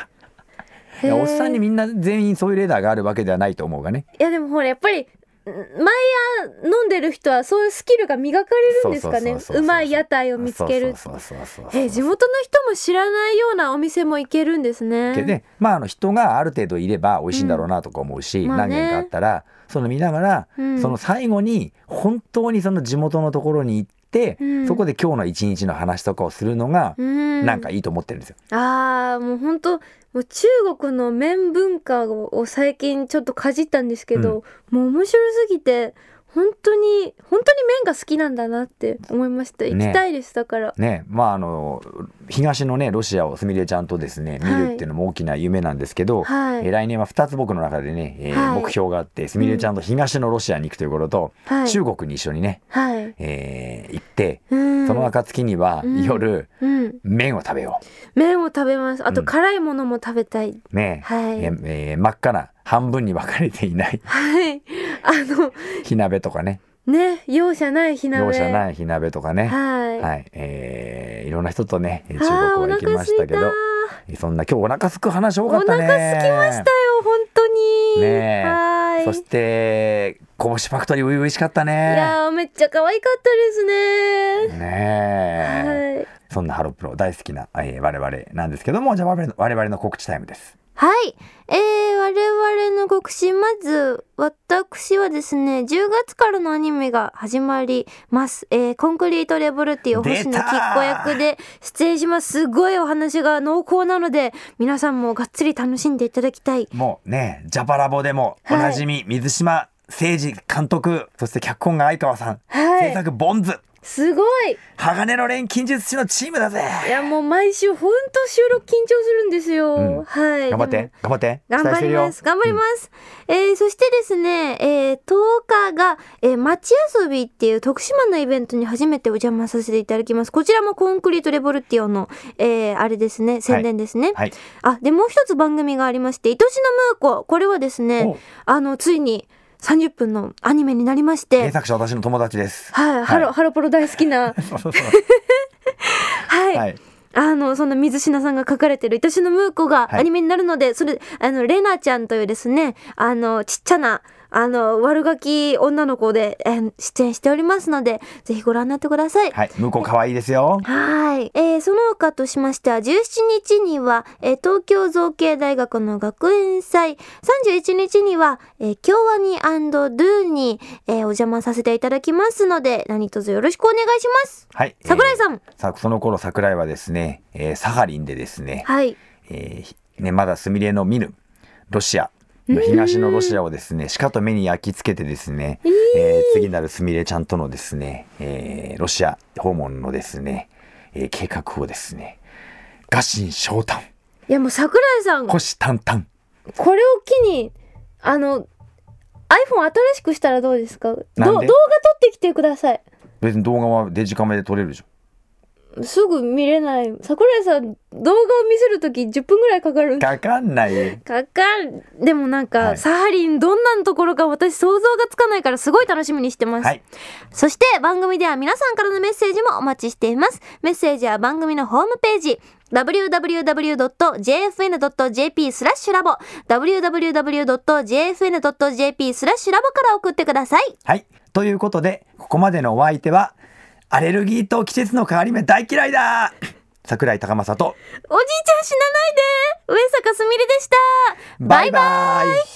[SPEAKER 4] いやおっさんにみんな全員そういうレーダーがあるわけではないと思うがね
[SPEAKER 5] いやでもほらやっぱりん毎夜飲んでる人はそういうスキルが磨かれるんですかね
[SPEAKER 4] そうそうそうそうそ
[SPEAKER 5] う
[SPEAKER 4] う
[SPEAKER 5] まい屋台を見つける
[SPEAKER 4] そうそうそうそうそう
[SPEAKER 5] え地元の人も知らないようなお店も行けるんですね
[SPEAKER 4] でねまあ、あの人がある程度いれば美味しいんだろうなとか思うし、
[SPEAKER 5] まあね
[SPEAKER 4] 何軒かあったらその見ながら、
[SPEAKER 5] ん
[SPEAKER 4] その最後に本当にその地元のところに行って、
[SPEAKER 5] ん
[SPEAKER 4] そこで今日の一日の話とかをするのが、
[SPEAKER 5] うん
[SPEAKER 4] なんかいいと思ってるんですよ。
[SPEAKER 5] あーもう本当もう中国の麺文化をを最近ちょっとかじったんですけど、もう面白すぎて本当に本当に麺が好きなんだなって思いました行
[SPEAKER 4] ね
[SPEAKER 5] きたいです、だから
[SPEAKER 4] ねまあ、あの東のねロシアをすみれちゃんとですね見
[SPEAKER 5] はい
[SPEAKER 4] るっていうのも大きな夢なんですけど、
[SPEAKER 5] はい
[SPEAKER 4] えー来年は2つ僕の中でね、えー
[SPEAKER 5] はい
[SPEAKER 4] 目標があってすみれちゃんと東のロシアに行くということと、
[SPEAKER 5] はい
[SPEAKER 4] 中国に一緒にね、
[SPEAKER 5] はい
[SPEAKER 4] えー行って、
[SPEAKER 5] うん
[SPEAKER 4] その暁には夜、
[SPEAKER 5] うん
[SPEAKER 4] 麺を食べよう。
[SPEAKER 5] 麺を食べますあと
[SPEAKER 4] うん
[SPEAKER 5] 辛いものも食べたい、
[SPEAKER 4] ねえ、
[SPEAKER 5] はい
[SPEAKER 4] ええー真っ赤な半分に分かれていない
[SPEAKER 5] はいあの
[SPEAKER 4] 火鍋とかね
[SPEAKER 5] ね容赦ない火鍋
[SPEAKER 4] 容赦
[SPEAKER 5] い
[SPEAKER 4] ない火鍋とかね
[SPEAKER 5] はい、
[SPEAKER 4] い、えーいろんな人とね中
[SPEAKER 5] あー
[SPEAKER 4] 国は行きましたけ
[SPEAKER 5] お
[SPEAKER 4] ど
[SPEAKER 5] 腹す
[SPEAKER 4] そんな今日お腹すく話多
[SPEAKER 5] いた
[SPEAKER 4] かったね
[SPEAKER 5] お腹すきましたよ本当に
[SPEAKER 4] ねえ
[SPEAKER 5] はい
[SPEAKER 4] そしてこぼしファクトリー美味しかった
[SPEAKER 5] い
[SPEAKER 4] ね
[SPEAKER 5] やーめっちゃ可愛かったですね。
[SPEAKER 4] ねえ、
[SPEAKER 5] はい、
[SPEAKER 4] そんなハロプロ大好きな、えー我々なんですけどもじゃあ我々の我々の告知タイムです
[SPEAKER 3] はい。えー、我々の告知、まず、私はですね、10月からのアニメが始まります。えー、コンクリートレボルっていう星野きっこ役で出演します。すごいお話が濃厚なので、皆さんもがっつり楽しんでいただきたい。
[SPEAKER 4] もうねジャパラボでもおなじみ、水島誠二監督そして脚本が相川さん、
[SPEAKER 5] はい
[SPEAKER 4] 制作ボンズ
[SPEAKER 5] すごい
[SPEAKER 4] 鋼の錬金術師のチームだぜ
[SPEAKER 5] いやもう毎週ほんと収録緊張するんですよ。
[SPEAKER 4] うん
[SPEAKER 5] はい。
[SPEAKER 4] 頑張っ
[SPEAKER 5] でも
[SPEAKER 4] て頑張っ
[SPEAKER 3] 頑
[SPEAKER 4] て
[SPEAKER 3] 張ります。頑張ります。えーそしてですね、えー10日が、えー街遊びっていう徳島のイベントに初めてお邪魔させていただきます。こちらもコンクリートレボルティオの、えーあれですね、宣伝ですね。
[SPEAKER 4] はい
[SPEAKER 3] あ、で、もう一つ番組がありまして、愛しのムーコ。これはですね
[SPEAKER 4] お、
[SPEAKER 3] あの、ついに30分のアニメになりまし
[SPEAKER 4] 原
[SPEAKER 3] て、
[SPEAKER 4] 作者私の友達です
[SPEAKER 5] はい、ハロハロプロ大好き な
[SPEAKER 4] そうそうそう
[SPEAKER 3] はい。
[SPEAKER 4] はい
[SPEAKER 3] あの、そんな水品さんが書かれてる、愛しのムーコが
[SPEAKER 4] はい
[SPEAKER 3] アニメになるので、それ、あの、レナちゃんというですね、あの、ちっちゃな、あの、悪ガキ女の子で、えー出演しておりますので、ぜひご覧になってください。
[SPEAKER 4] はい向こう可愛いですよ
[SPEAKER 3] はい。えーその他としましては、17日には、えー東京造形大学の学園祭、31日には、えー京アニドゥーに、えーお邪魔させていただきますので、何卒よろしくお願いします。
[SPEAKER 4] はい
[SPEAKER 3] 桜井さん、
[SPEAKER 4] えーさその頃桜井はですね、えーサハリンでですね、
[SPEAKER 3] はい。
[SPEAKER 4] えーね、まだスミレの見ぬロシアの東のロシアをですねしかと目に焼き付けてですね、えー次なるスミレちゃんとのですね、えーロシア訪問のですね、えー計画をですね臥薪嘗胆
[SPEAKER 5] いやもう桜井さんこ
[SPEAKER 4] 虎視眈々
[SPEAKER 5] れを機にあの iPhone 新しくしたらどうですかど動
[SPEAKER 4] なん
[SPEAKER 5] 画撮っ
[SPEAKER 4] で
[SPEAKER 5] てきてください
[SPEAKER 4] 別に動画はデジカメで撮れるでしょ
[SPEAKER 5] すぐ見れない桜井さん動画を見せるとき10分ぐらいかかるんで
[SPEAKER 4] かかんないよ
[SPEAKER 5] かかんでもなんか、
[SPEAKER 4] はい
[SPEAKER 5] サハリンどんなところか私想像がつかないからすごい楽しみにしてます、
[SPEAKER 4] はい
[SPEAKER 3] そして番組では皆さんからのメッセージもお待ちしています。メッセージは番組のホームページ www.jfn.jp スラッシュラボ www.jfn.jp スラッシュラボから送ってください。
[SPEAKER 4] はいということでここまでのお相手はアレルギーと季節の変わり目大嫌いだ桜井高政と
[SPEAKER 3] おじいちゃん死なないで上坂すみれでした
[SPEAKER 4] バイバイ